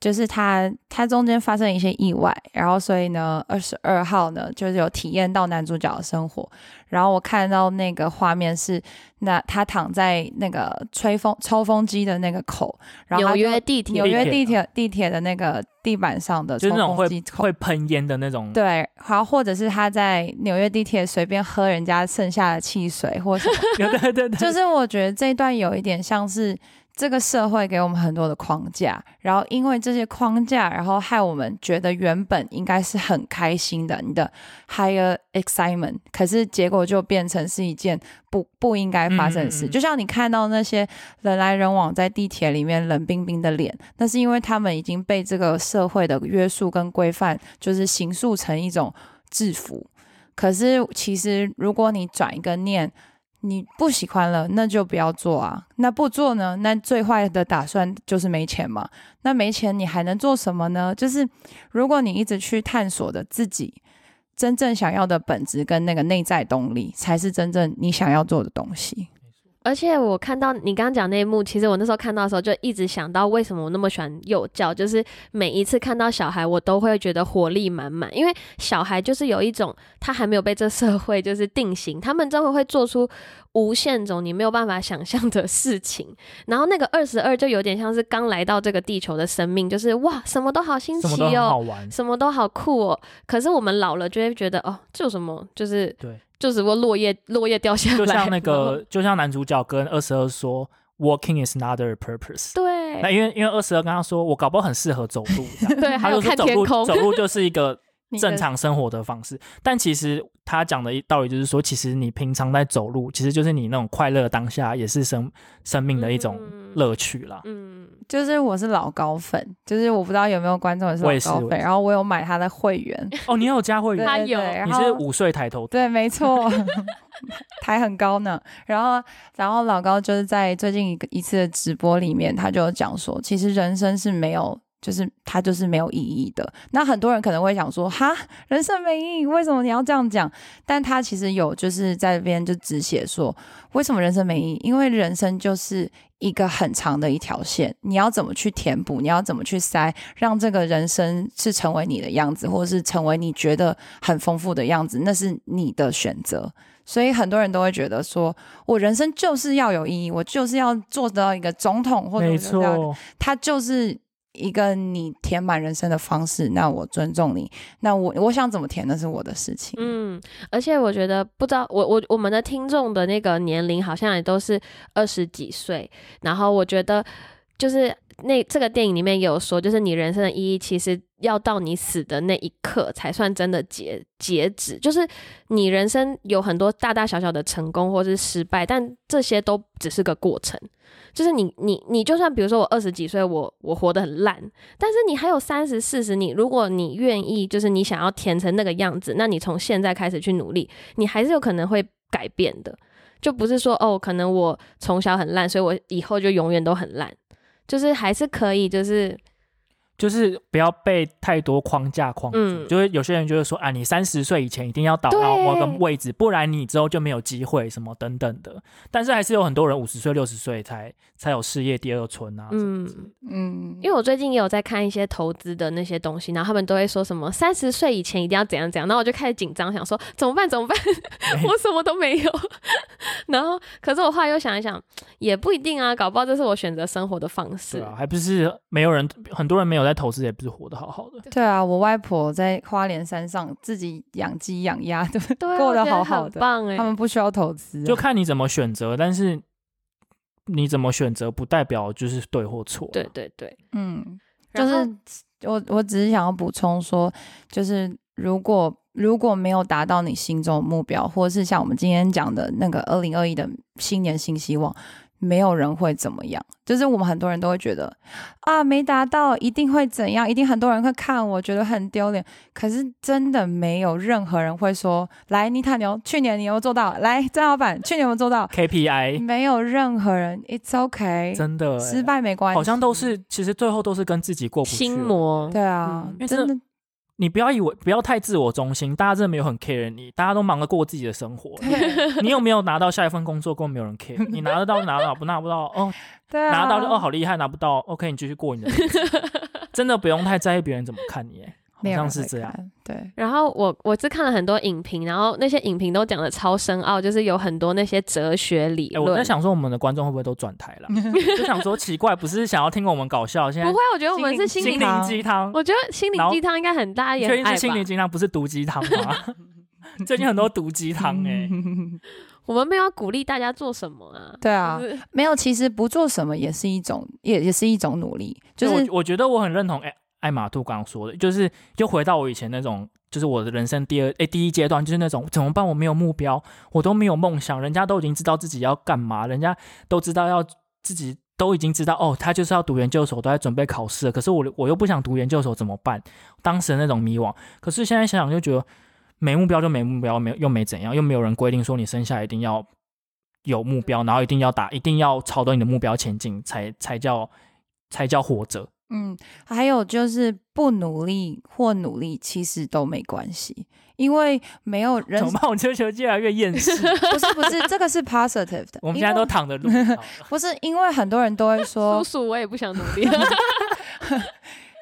[SPEAKER 3] 就是他，他中间发生一些意外，然后所以呢，二十二号呢，就是有体验到男主角的生活。然后我看到那个画面是，那他躺在那个吹风抽风机的那个口，然后
[SPEAKER 2] 纽
[SPEAKER 3] 他就
[SPEAKER 2] 约地铁
[SPEAKER 3] 纽约
[SPEAKER 1] 地
[SPEAKER 3] 地
[SPEAKER 1] 铁
[SPEAKER 3] 铁地铁的那个地板上的
[SPEAKER 1] 就
[SPEAKER 3] 抽
[SPEAKER 1] 是那
[SPEAKER 3] 风
[SPEAKER 1] 种会
[SPEAKER 3] 机口。
[SPEAKER 1] 会喷烟的那种，
[SPEAKER 3] 对，好，或者是他在纽约地铁随便喝人家剩下的汽水，或什么。
[SPEAKER 1] 对对对对，
[SPEAKER 3] 就是我觉得这一段有一点像是这个社会给我们很多的框架，然后因为这些框架，然后害我们觉得原本应该是很开心的，你的 higher excitement，可是结果就变成是一件不不应该发生的事。
[SPEAKER 1] 嗯嗯嗯
[SPEAKER 3] 就像你看到那些人来人往在地铁里面冷冰冰的脸，那是因为他们已经被这个社会的约束跟规范，就是形塑成一种制服。可是其实如果你转一个念，你不喜欢了，那就不要做啊。那不做呢？那最坏的打算就是没钱嘛。那没钱你还能做什么呢？就是如果你一直去探索的自己真正想要的本质跟那个内在动力，才是真正你想要做的东西。
[SPEAKER 2] 而且我看到你刚刚讲那一幕，其实我那时候看到的时候就一直想到，为什么我那么喜欢幼教？就是每一次看到小孩，我都会觉得活力满满，因为小孩就是有一种他还没有被这社会就是定型，他们真的会做出无限种你没有办法想象的事情。然后那个二十二就有点像是刚来到这个地球的生命，就是哇，什么都好新
[SPEAKER 1] 什么
[SPEAKER 2] 奇
[SPEAKER 1] 都很
[SPEAKER 2] 哦
[SPEAKER 1] 好，玩。
[SPEAKER 2] 什么都好酷哦。可是我们老了就会觉得哦，这有什么？就是
[SPEAKER 1] 对，
[SPEAKER 2] 就只不过落叶落叶掉下来，
[SPEAKER 1] 就像那
[SPEAKER 2] 然后
[SPEAKER 1] 个，就像男主角跟二十二说，“Walking is not a purpose”。
[SPEAKER 2] 对，
[SPEAKER 1] 那因为因为二十二跟他说，我搞不好很适合走路，这样
[SPEAKER 2] 对，还
[SPEAKER 1] 他
[SPEAKER 2] 有
[SPEAKER 1] 就说
[SPEAKER 2] 看
[SPEAKER 1] 走
[SPEAKER 2] 天
[SPEAKER 1] 路
[SPEAKER 2] 空，
[SPEAKER 1] 走路就是一 个
[SPEAKER 3] 你的
[SPEAKER 1] 正常生活的方式。但其实他讲的一道理就是说，其实你平常在走路，其实就是你那种快乐当下，也是生生命的一种
[SPEAKER 2] 嗯
[SPEAKER 1] 乐趣啦。
[SPEAKER 2] 嗯，
[SPEAKER 3] 就是我是老高粉，就是我不知道有没有观众也是
[SPEAKER 1] 我也是
[SPEAKER 3] 老高
[SPEAKER 1] 我也
[SPEAKER 3] 粉，
[SPEAKER 1] 是
[SPEAKER 3] 然后我有买他的会 员，
[SPEAKER 1] 哦，你有加会
[SPEAKER 3] 对
[SPEAKER 1] 员，
[SPEAKER 2] 他
[SPEAKER 3] 对
[SPEAKER 2] 有
[SPEAKER 3] 对然
[SPEAKER 1] 你
[SPEAKER 3] 后
[SPEAKER 1] 是五岁抬头，
[SPEAKER 3] 对，没 错，抬很高呢。然后，然后老高就是在最近一个一次的直播里面，他就有讲说，其实人生是没有。就是他就是没有意义的。那很多人可能会想说，哈，人生没意义，为什么你要这样讲？但他其实有就是在这边就只写说，为什么人生没意义？因为人生就是一个很长的一条线，你要怎么去填补？你要怎么去塞，让这个人生是成为你的样子，或者是成为你觉得很丰富的样子，那是你的选择。所以很多人都会觉得说，我人生就是要有意义，我就是要做到一个总统，或者
[SPEAKER 1] 没
[SPEAKER 3] 我就是要
[SPEAKER 1] 错，
[SPEAKER 3] 它就是一个你填满人生的方式。那我尊重你，那我我想怎么填那是我的事情。
[SPEAKER 2] 嗯，而且我觉得不知道我我我们的听众的那个年龄好像也都是二十几岁，然后我觉得就是那这个电影里面也有说，就是你人生的意义其实要到你死的那一刻才算真的截截止，就是你人生有很多大大小小的成功或是失败，但这些都只是个过程。就是你，你，你就算比如说我二十几岁，我我活得很烂，但是你还有三十、四十，你如果你愿意，就是你想要填成那个样子，那你从现在开始去努力，你还是有可能会改变的。就不是说哦，可能我从小很烂，所以我以后就永远都很烂，就是还是可以，就是
[SPEAKER 1] 就是不要被太多框架框住，
[SPEAKER 2] 嗯
[SPEAKER 1] 就是有些人就会说啊，你三十岁以前一定要到到
[SPEAKER 2] 对
[SPEAKER 1] 某个位置，不然你之后就没有机会什么等等的。但是还是有很多人五十岁、六十岁才才有事业第二春啊，嗯，
[SPEAKER 2] 嗯，
[SPEAKER 3] 嗯，
[SPEAKER 2] 因为我最近也有在看一些投资的那些东西，然后他们都会说什么三十岁以前一定要怎样怎样，然后我就开始紧张，想说怎么办怎么办， 我什么都没有。然后，可是我后来又想一想，也不一定啊，搞不好这是我选择生活的方式。
[SPEAKER 1] 对啊，还不是没有人，很多人没有在投资，也不是活得好好 的。
[SPEAKER 3] 对啊，我外婆在花莲山上自己养鸡养鸭， 对，
[SPEAKER 2] 对啊，
[SPEAKER 3] 过
[SPEAKER 2] 我
[SPEAKER 3] 得
[SPEAKER 2] 觉
[SPEAKER 3] 好好
[SPEAKER 2] 很
[SPEAKER 3] 的
[SPEAKER 2] 棒哎、
[SPEAKER 3] 他们不需要投资啊、
[SPEAKER 1] 就看你怎么选择，但是你怎么选择不代表就是对或错。啊
[SPEAKER 2] 对，对对，
[SPEAKER 3] 嗯，就
[SPEAKER 2] 然后
[SPEAKER 3] 是我我只是想要补充说，就是如果如果没有达到你心中的目标，或是像我们今天讲的那个二零二一的新年新希望。没有人会怎么样，就是我们很多人都会觉得啊，没达到一定会怎样，一定很多人会看我，觉得很丢脸。可是真的没有任何人会说，来，妮塔牛，去年你有没有做到？来，张老板，去年有没有做到？
[SPEAKER 1] KPI
[SPEAKER 3] 没有任何人，It's okay，
[SPEAKER 1] 哎真的、欸、
[SPEAKER 3] 嗯失败没关系，
[SPEAKER 1] 好像都是，其实最后都是跟自己过不去。
[SPEAKER 2] 心，魔，
[SPEAKER 3] 对啊
[SPEAKER 2] 嗯因，
[SPEAKER 1] 为真
[SPEAKER 3] 真
[SPEAKER 1] 的
[SPEAKER 3] 的
[SPEAKER 1] 你不要以为不要太自我中心，大家真的没有很 care 你，大家都忙得过自己的生活。
[SPEAKER 3] 对
[SPEAKER 1] 你有没有拿到下一份工作，根本没有人 care。你拿得到就拿得到，不拿不到哦，
[SPEAKER 3] 对啊，
[SPEAKER 1] 拿到就哦好厉害，拿不到 OK，你继续过你的日子。真的不用太在意别人怎么看你，欸好
[SPEAKER 3] 没有
[SPEAKER 1] 像
[SPEAKER 3] 人
[SPEAKER 1] 是
[SPEAKER 3] 会
[SPEAKER 1] 这样。
[SPEAKER 3] 看，对，
[SPEAKER 2] 然后我我是看了很多影评，然后那些影评都讲的超深奥，就是有很多那些哲学理
[SPEAKER 1] 哎，
[SPEAKER 2] 论。
[SPEAKER 1] 我在想说我们的观众会不会都转台了？就想说奇怪，不是想要听我们搞笑，现
[SPEAKER 2] 不
[SPEAKER 1] 在
[SPEAKER 2] 会，我觉得我们是心
[SPEAKER 1] 心
[SPEAKER 2] 灵，
[SPEAKER 1] 灵鸡汤，
[SPEAKER 2] 我觉得心
[SPEAKER 1] 然
[SPEAKER 2] 灵
[SPEAKER 1] 后
[SPEAKER 2] 鸡汤应该很大
[SPEAKER 1] 你
[SPEAKER 2] 也
[SPEAKER 1] 确
[SPEAKER 2] 很
[SPEAKER 1] 定
[SPEAKER 2] 爱
[SPEAKER 1] 是心灵
[SPEAKER 2] 吧。
[SPEAKER 1] 鸡汤，不是毒鸡汤吗？ 最近很多毒鸡汤哎，
[SPEAKER 2] 我们没有要鼓励大家做什么啊。
[SPEAKER 3] 对啊
[SPEAKER 2] 就，是
[SPEAKER 3] 没有，其实不做什么也是一种，也也是一种努力，就
[SPEAKER 1] 就是我我觉得我很认同哎，艾玛兔刚刚说的，就是就回到我以前那种，就是我的人生第二哎第一阶段，就是那种怎么办？我没有目标，我都没有梦想，人家都已经知道自己要干嘛，人家都知道要自己都已经知道哦，他就是要读研究所，都在准备考试了，可是我我又不想读研究所怎么办？当时的那种迷惘，可是现在想想就觉得没目标就没目标，没有又没怎样，又没有人规定说你生下来一定要。有目标，然后一定要打，一定要朝着你的目标前进，才才叫才叫活着。
[SPEAKER 3] 嗯，还有就是不努力或努力其实都没关系，因为没有人
[SPEAKER 1] 怎么办？我就觉得越来啊越厌 世。
[SPEAKER 3] 不是不是，这个是 positive 的，
[SPEAKER 1] 我们
[SPEAKER 3] 因
[SPEAKER 1] 现在
[SPEAKER 3] 为
[SPEAKER 1] 都躺着录，你知道吗
[SPEAKER 3] 不是因为很多人都会
[SPEAKER 2] 叔
[SPEAKER 3] 说，
[SPEAKER 2] 叔，我也不想努 力。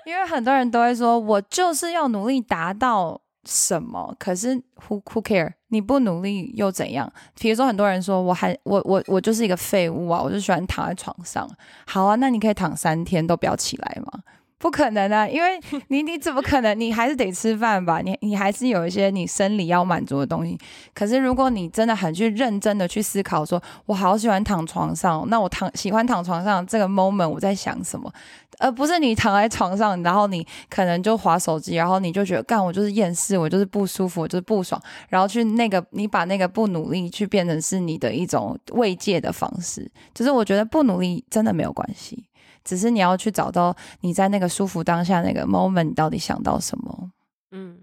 [SPEAKER 3] 因为很多人都会说我就是要努力达到什么，可是 who who care？你不努力又怎样？比如说很多人说我还我我我就是一个废物啊，我就喜欢躺在床上。好啊，那你可以躺三天都不要起来吗？不可能啊，因为你你怎么可能？你还是得吃饭吧，你你还是有一些你生理要满足的东西。可是如果你真的很去认真的去思考说我好喜欢躺床上，哦那我躺喜欢躺床上这个 moment 我在想什么，而呃不是你躺在床上，然后你可能就划手机，然后你就觉得干我就是厌世，我就是不舒服，我就是不爽，然后去那个你把那个不努力去变成是你的一种慰藉的方式，就是我觉得不努力真的没有关系，只是你要去找到你在那个舒服当下那个 moment 你到底想到什么，
[SPEAKER 2] 嗯，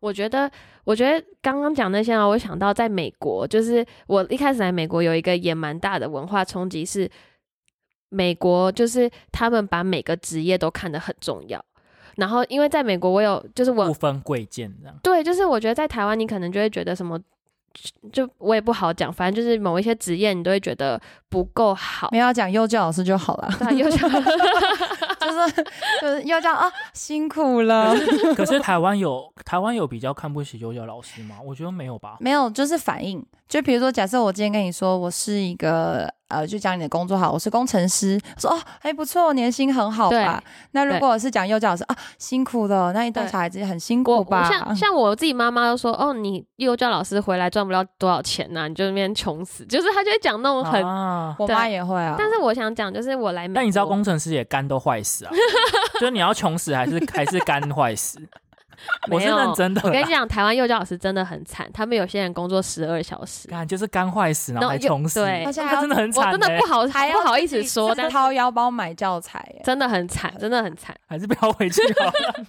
[SPEAKER 2] 我觉得，我觉得刚刚讲那些啊，我想到在美国，就是我一开始来美国有一个也蛮大的文化冲击是，美国就是他们把每个职业都看得很重要。然后，因为在美国，我有就是我
[SPEAKER 1] 不
[SPEAKER 3] 哦
[SPEAKER 1] 分贵贱这样。
[SPEAKER 2] 对，就是我觉得在台湾，你可能就会觉得什么，就我也不好讲，反正就是某一些职业，你都会觉得不够好
[SPEAKER 3] 没。有要讲幼教老师就好了。
[SPEAKER 2] 对啊，又想
[SPEAKER 3] 就是 就是要这样啊，辛苦了。
[SPEAKER 1] 可是台湾有台湾有比较看不起幼教老师吗？我觉得没有 吧。
[SPEAKER 3] 没有，就是反应。就比如说，假设我今天跟你说，我是一个呃，就讲你的工作好，我是工程师，我说哦，还不错，年薪很好吧？那如果我是讲幼教老师啊，辛苦了，那你带
[SPEAKER 2] 对
[SPEAKER 3] 小孩子也很辛
[SPEAKER 2] 我
[SPEAKER 3] 苦
[SPEAKER 2] 我
[SPEAKER 3] 吧？
[SPEAKER 2] 像像我自己妈妈都说，哦，你幼教老师回来赚不了多少钱呐、你就那边穷死，就是她就会讲那种很。
[SPEAKER 1] 啊，
[SPEAKER 3] 我妈也会啊，
[SPEAKER 2] 但是我想讲，就是我来美国，
[SPEAKER 1] 但你知道工程师也肝都坏 死啊，就是你要穷死还是还是肝坏死？我是
[SPEAKER 2] 没有
[SPEAKER 1] 认真的
[SPEAKER 2] 我跟你
[SPEAKER 1] 啦，
[SPEAKER 2] 讲，台湾幼教老师真的很惨，他们有些人工作十二小时，
[SPEAKER 1] 干就是肝坏死，然后还
[SPEAKER 2] 然后又
[SPEAKER 1] 穷死，
[SPEAKER 2] 对
[SPEAKER 3] 而且还
[SPEAKER 1] 他
[SPEAKER 3] 要
[SPEAKER 1] 真的很
[SPEAKER 2] 我
[SPEAKER 1] 惨
[SPEAKER 2] 真
[SPEAKER 1] 欸
[SPEAKER 2] 的不好
[SPEAKER 3] 还要
[SPEAKER 2] 不好意思说，
[SPEAKER 3] 自己
[SPEAKER 2] 但
[SPEAKER 3] 掏腰包买教材耶，
[SPEAKER 2] 真的很惨，真的很惨。
[SPEAKER 1] 还是不要 回去好了。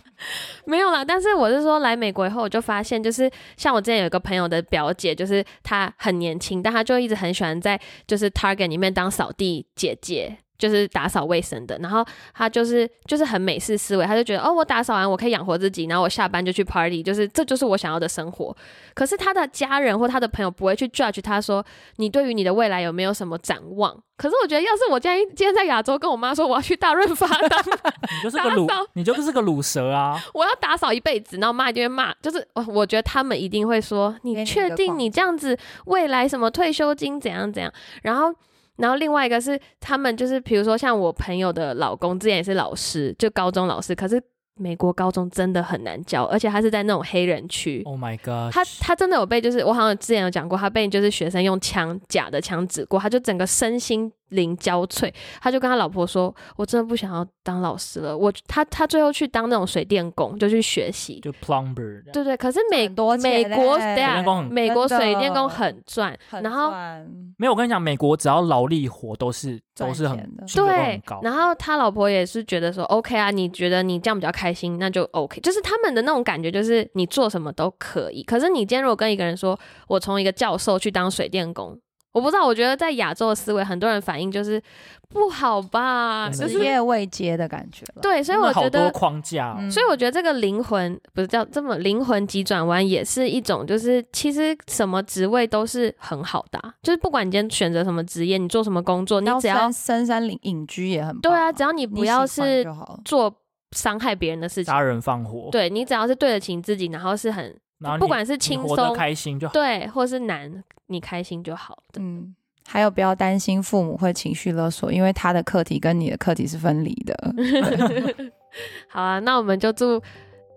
[SPEAKER 2] 没有啦，但是我是说，来美国以后，我就发现，就是像我之前有一个朋友的表姐，就是她很年轻，但她就一直很喜欢在就是 Target 里面当扫地姐姐，就是打扫卫生的，然后他就是就是很美式思维，他就觉得哦，我打扫完我可以养活自己，然后我下班就去 party，就是这就是我想要的生活。可是他的家人或他的朋友不会去 judge 他说你对于你的未来有没有什么展望。可是我觉得，要是我今天今天在亚洲跟我妈说我要去大润发当
[SPEAKER 1] 你就是个
[SPEAKER 2] 打
[SPEAKER 1] 卤
[SPEAKER 2] 扫，
[SPEAKER 1] 你就是个卤蛇 啊！
[SPEAKER 2] 我要打扫一辈子，然后我妈一定会骂，就是哦我我觉得他们一定会说，
[SPEAKER 3] 给
[SPEAKER 2] 你
[SPEAKER 3] 你
[SPEAKER 2] 确
[SPEAKER 3] 一个
[SPEAKER 2] 定
[SPEAKER 3] 框
[SPEAKER 2] 你这样子未来什么退休金怎样怎样？然后然后另外一个是他们就是比如说像我朋友的老公之前也是老师，就高中老师，可是美国高中真的很难教，而且他是在那种黑人区。
[SPEAKER 1] Oh my god！
[SPEAKER 2] 他他真的有被，就是我好像之前有讲过，他被就是学生用枪假的枪指过，他就整个身心灵交瘁。他就跟他老婆说：“我真的不想要当老师了。我”他他最后去当那种水电工，就去学习。
[SPEAKER 1] 就 plumber，这样
[SPEAKER 2] 对对，可是美
[SPEAKER 3] 很多钱
[SPEAKER 2] 美国
[SPEAKER 3] 嘞
[SPEAKER 2] 对
[SPEAKER 1] 水
[SPEAKER 2] 啊
[SPEAKER 1] 电工很
[SPEAKER 2] 美国
[SPEAKER 3] 真的
[SPEAKER 2] 水电工很赚，
[SPEAKER 3] 很
[SPEAKER 2] 然后
[SPEAKER 3] 赚
[SPEAKER 1] 没有，我跟你讲，美国只要劳力活都是都是
[SPEAKER 3] 赚钱
[SPEAKER 1] 很
[SPEAKER 3] 的
[SPEAKER 1] 薪水都很
[SPEAKER 2] 对
[SPEAKER 1] 高，。啊
[SPEAKER 2] 然后他老婆也是觉得说 OK 啊，你觉得你这样比较开心，那就 OK。就是他们的那种感觉，就是你做什么都可以。可是你今天如果跟一个人说，我从一个教授去当水电工，我不知道，我觉得在亚洲的思维，很多人反应就是不好吧，
[SPEAKER 1] 真
[SPEAKER 2] 就
[SPEAKER 1] 的
[SPEAKER 3] 职
[SPEAKER 2] 是
[SPEAKER 3] 业未接的感觉了。
[SPEAKER 2] 对，所以
[SPEAKER 1] 真的
[SPEAKER 2] 我觉
[SPEAKER 1] 好
[SPEAKER 2] 得
[SPEAKER 1] 多框架哦、
[SPEAKER 3] 嗯
[SPEAKER 2] 所以我觉得这个灵魂不是叫这么灵魂急转弯，也是一种，就是其实什么职位都是很好的啊、就是不管你今天选择什么职业，你做什么工作，你
[SPEAKER 3] 然后
[SPEAKER 2] 只要
[SPEAKER 3] 深深山林隐居也很
[SPEAKER 2] 对
[SPEAKER 3] 棒
[SPEAKER 2] 啊，只要你
[SPEAKER 3] 你
[SPEAKER 2] 不要
[SPEAKER 3] 喜欢
[SPEAKER 2] 是
[SPEAKER 3] 就好了。
[SPEAKER 2] 做伤害别人的事情，
[SPEAKER 1] 杀人放火，，
[SPEAKER 2] 对你只要是对得起你自己，然后是很
[SPEAKER 1] 然后你
[SPEAKER 2] 不管是
[SPEAKER 1] 你
[SPEAKER 2] 轻
[SPEAKER 1] 活得
[SPEAKER 2] 松
[SPEAKER 1] 开心就好。
[SPEAKER 2] 对，或是难，你开心就好的。
[SPEAKER 3] 嗯，还有不要担心父母会情绪勒索，因为他的课题跟你的课题是分离的。
[SPEAKER 2] 嗯 好啊，那我们就祝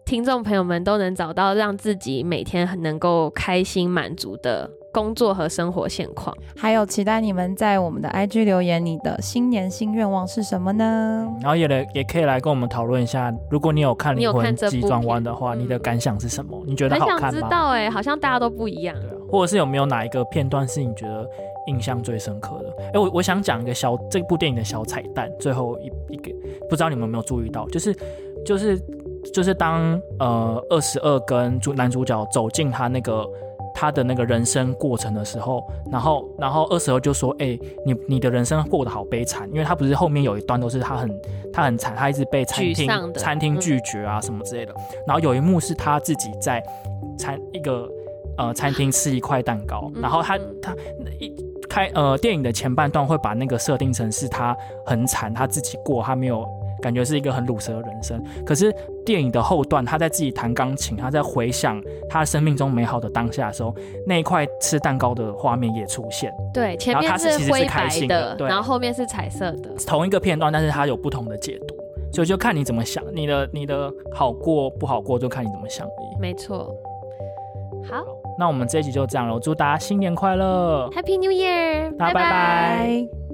[SPEAKER 2] 听众朋友们都能找到让自己每天很能够开心满足的工作和生活现况。
[SPEAKER 3] 还有期待你们在我们的 IG 留言，你的新年新愿望是什么呢？
[SPEAKER 1] 然后也来也可以来跟我们讨论一下，如果你有看《
[SPEAKER 2] 你有
[SPEAKER 1] 灵魂
[SPEAKER 2] 看这
[SPEAKER 1] 急
[SPEAKER 2] 部
[SPEAKER 1] 转
[SPEAKER 2] 片
[SPEAKER 1] 弯》的话，
[SPEAKER 2] 嗯
[SPEAKER 1] 你的感想是什么？你觉得
[SPEAKER 2] 很
[SPEAKER 1] 好
[SPEAKER 2] 想
[SPEAKER 1] 看
[SPEAKER 2] 知
[SPEAKER 1] 吗？
[SPEAKER 2] 道哎、好像大家都不一样。
[SPEAKER 1] 对啊，或者是有没有哪一个片段是你觉得印象最深刻的？哎、我我想讲一个小这部电影的小彩蛋，最后一一个不知道你们有没有注意到，就是就是就是当呃二十二跟主男主角走进他那个。他的那个人生过程的时候，然后，然后二十二就说：“哎、你你的人生过得好悲惨，因为他不是后面有一段都是他很他很惨，他一直被餐
[SPEAKER 2] 沮
[SPEAKER 1] 厅
[SPEAKER 2] 丧的
[SPEAKER 1] 餐厅
[SPEAKER 2] 嗯
[SPEAKER 1] 拒绝啊什么之类的。然后有一幕是他自己在餐一个呃餐厅吃一块蛋糕，
[SPEAKER 2] 嗯
[SPEAKER 1] 然后他
[SPEAKER 2] 嗯
[SPEAKER 1] 他一开呃电影的前半段会把那个设定成是他很惨，他自己过，他没有感觉是一个很鲁蛇的人生。可是电影的后段，他在自己弹钢琴，他在回想他生命中美好的当下的时候，那一块吃蛋糕的画面也出现，
[SPEAKER 2] 对，前
[SPEAKER 1] 然后
[SPEAKER 2] 面
[SPEAKER 1] 它是其实是
[SPEAKER 2] 灰
[SPEAKER 1] 开
[SPEAKER 2] 白
[SPEAKER 1] 心的
[SPEAKER 2] 的，
[SPEAKER 1] 对
[SPEAKER 2] 然后后面是彩色的。
[SPEAKER 1] 同一个片段，但是它有不同的解读。所以就看你怎么想，你的你的好过不好过，就看你怎么想而已。
[SPEAKER 2] 没错。好
[SPEAKER 1] 那我们这一集就这样了，祝大家新年快乐！
[SPEAKER 2] ，Happy New Year，
[SPEAKER 1] 大家拜拜
[SPEAKER 3] 拜。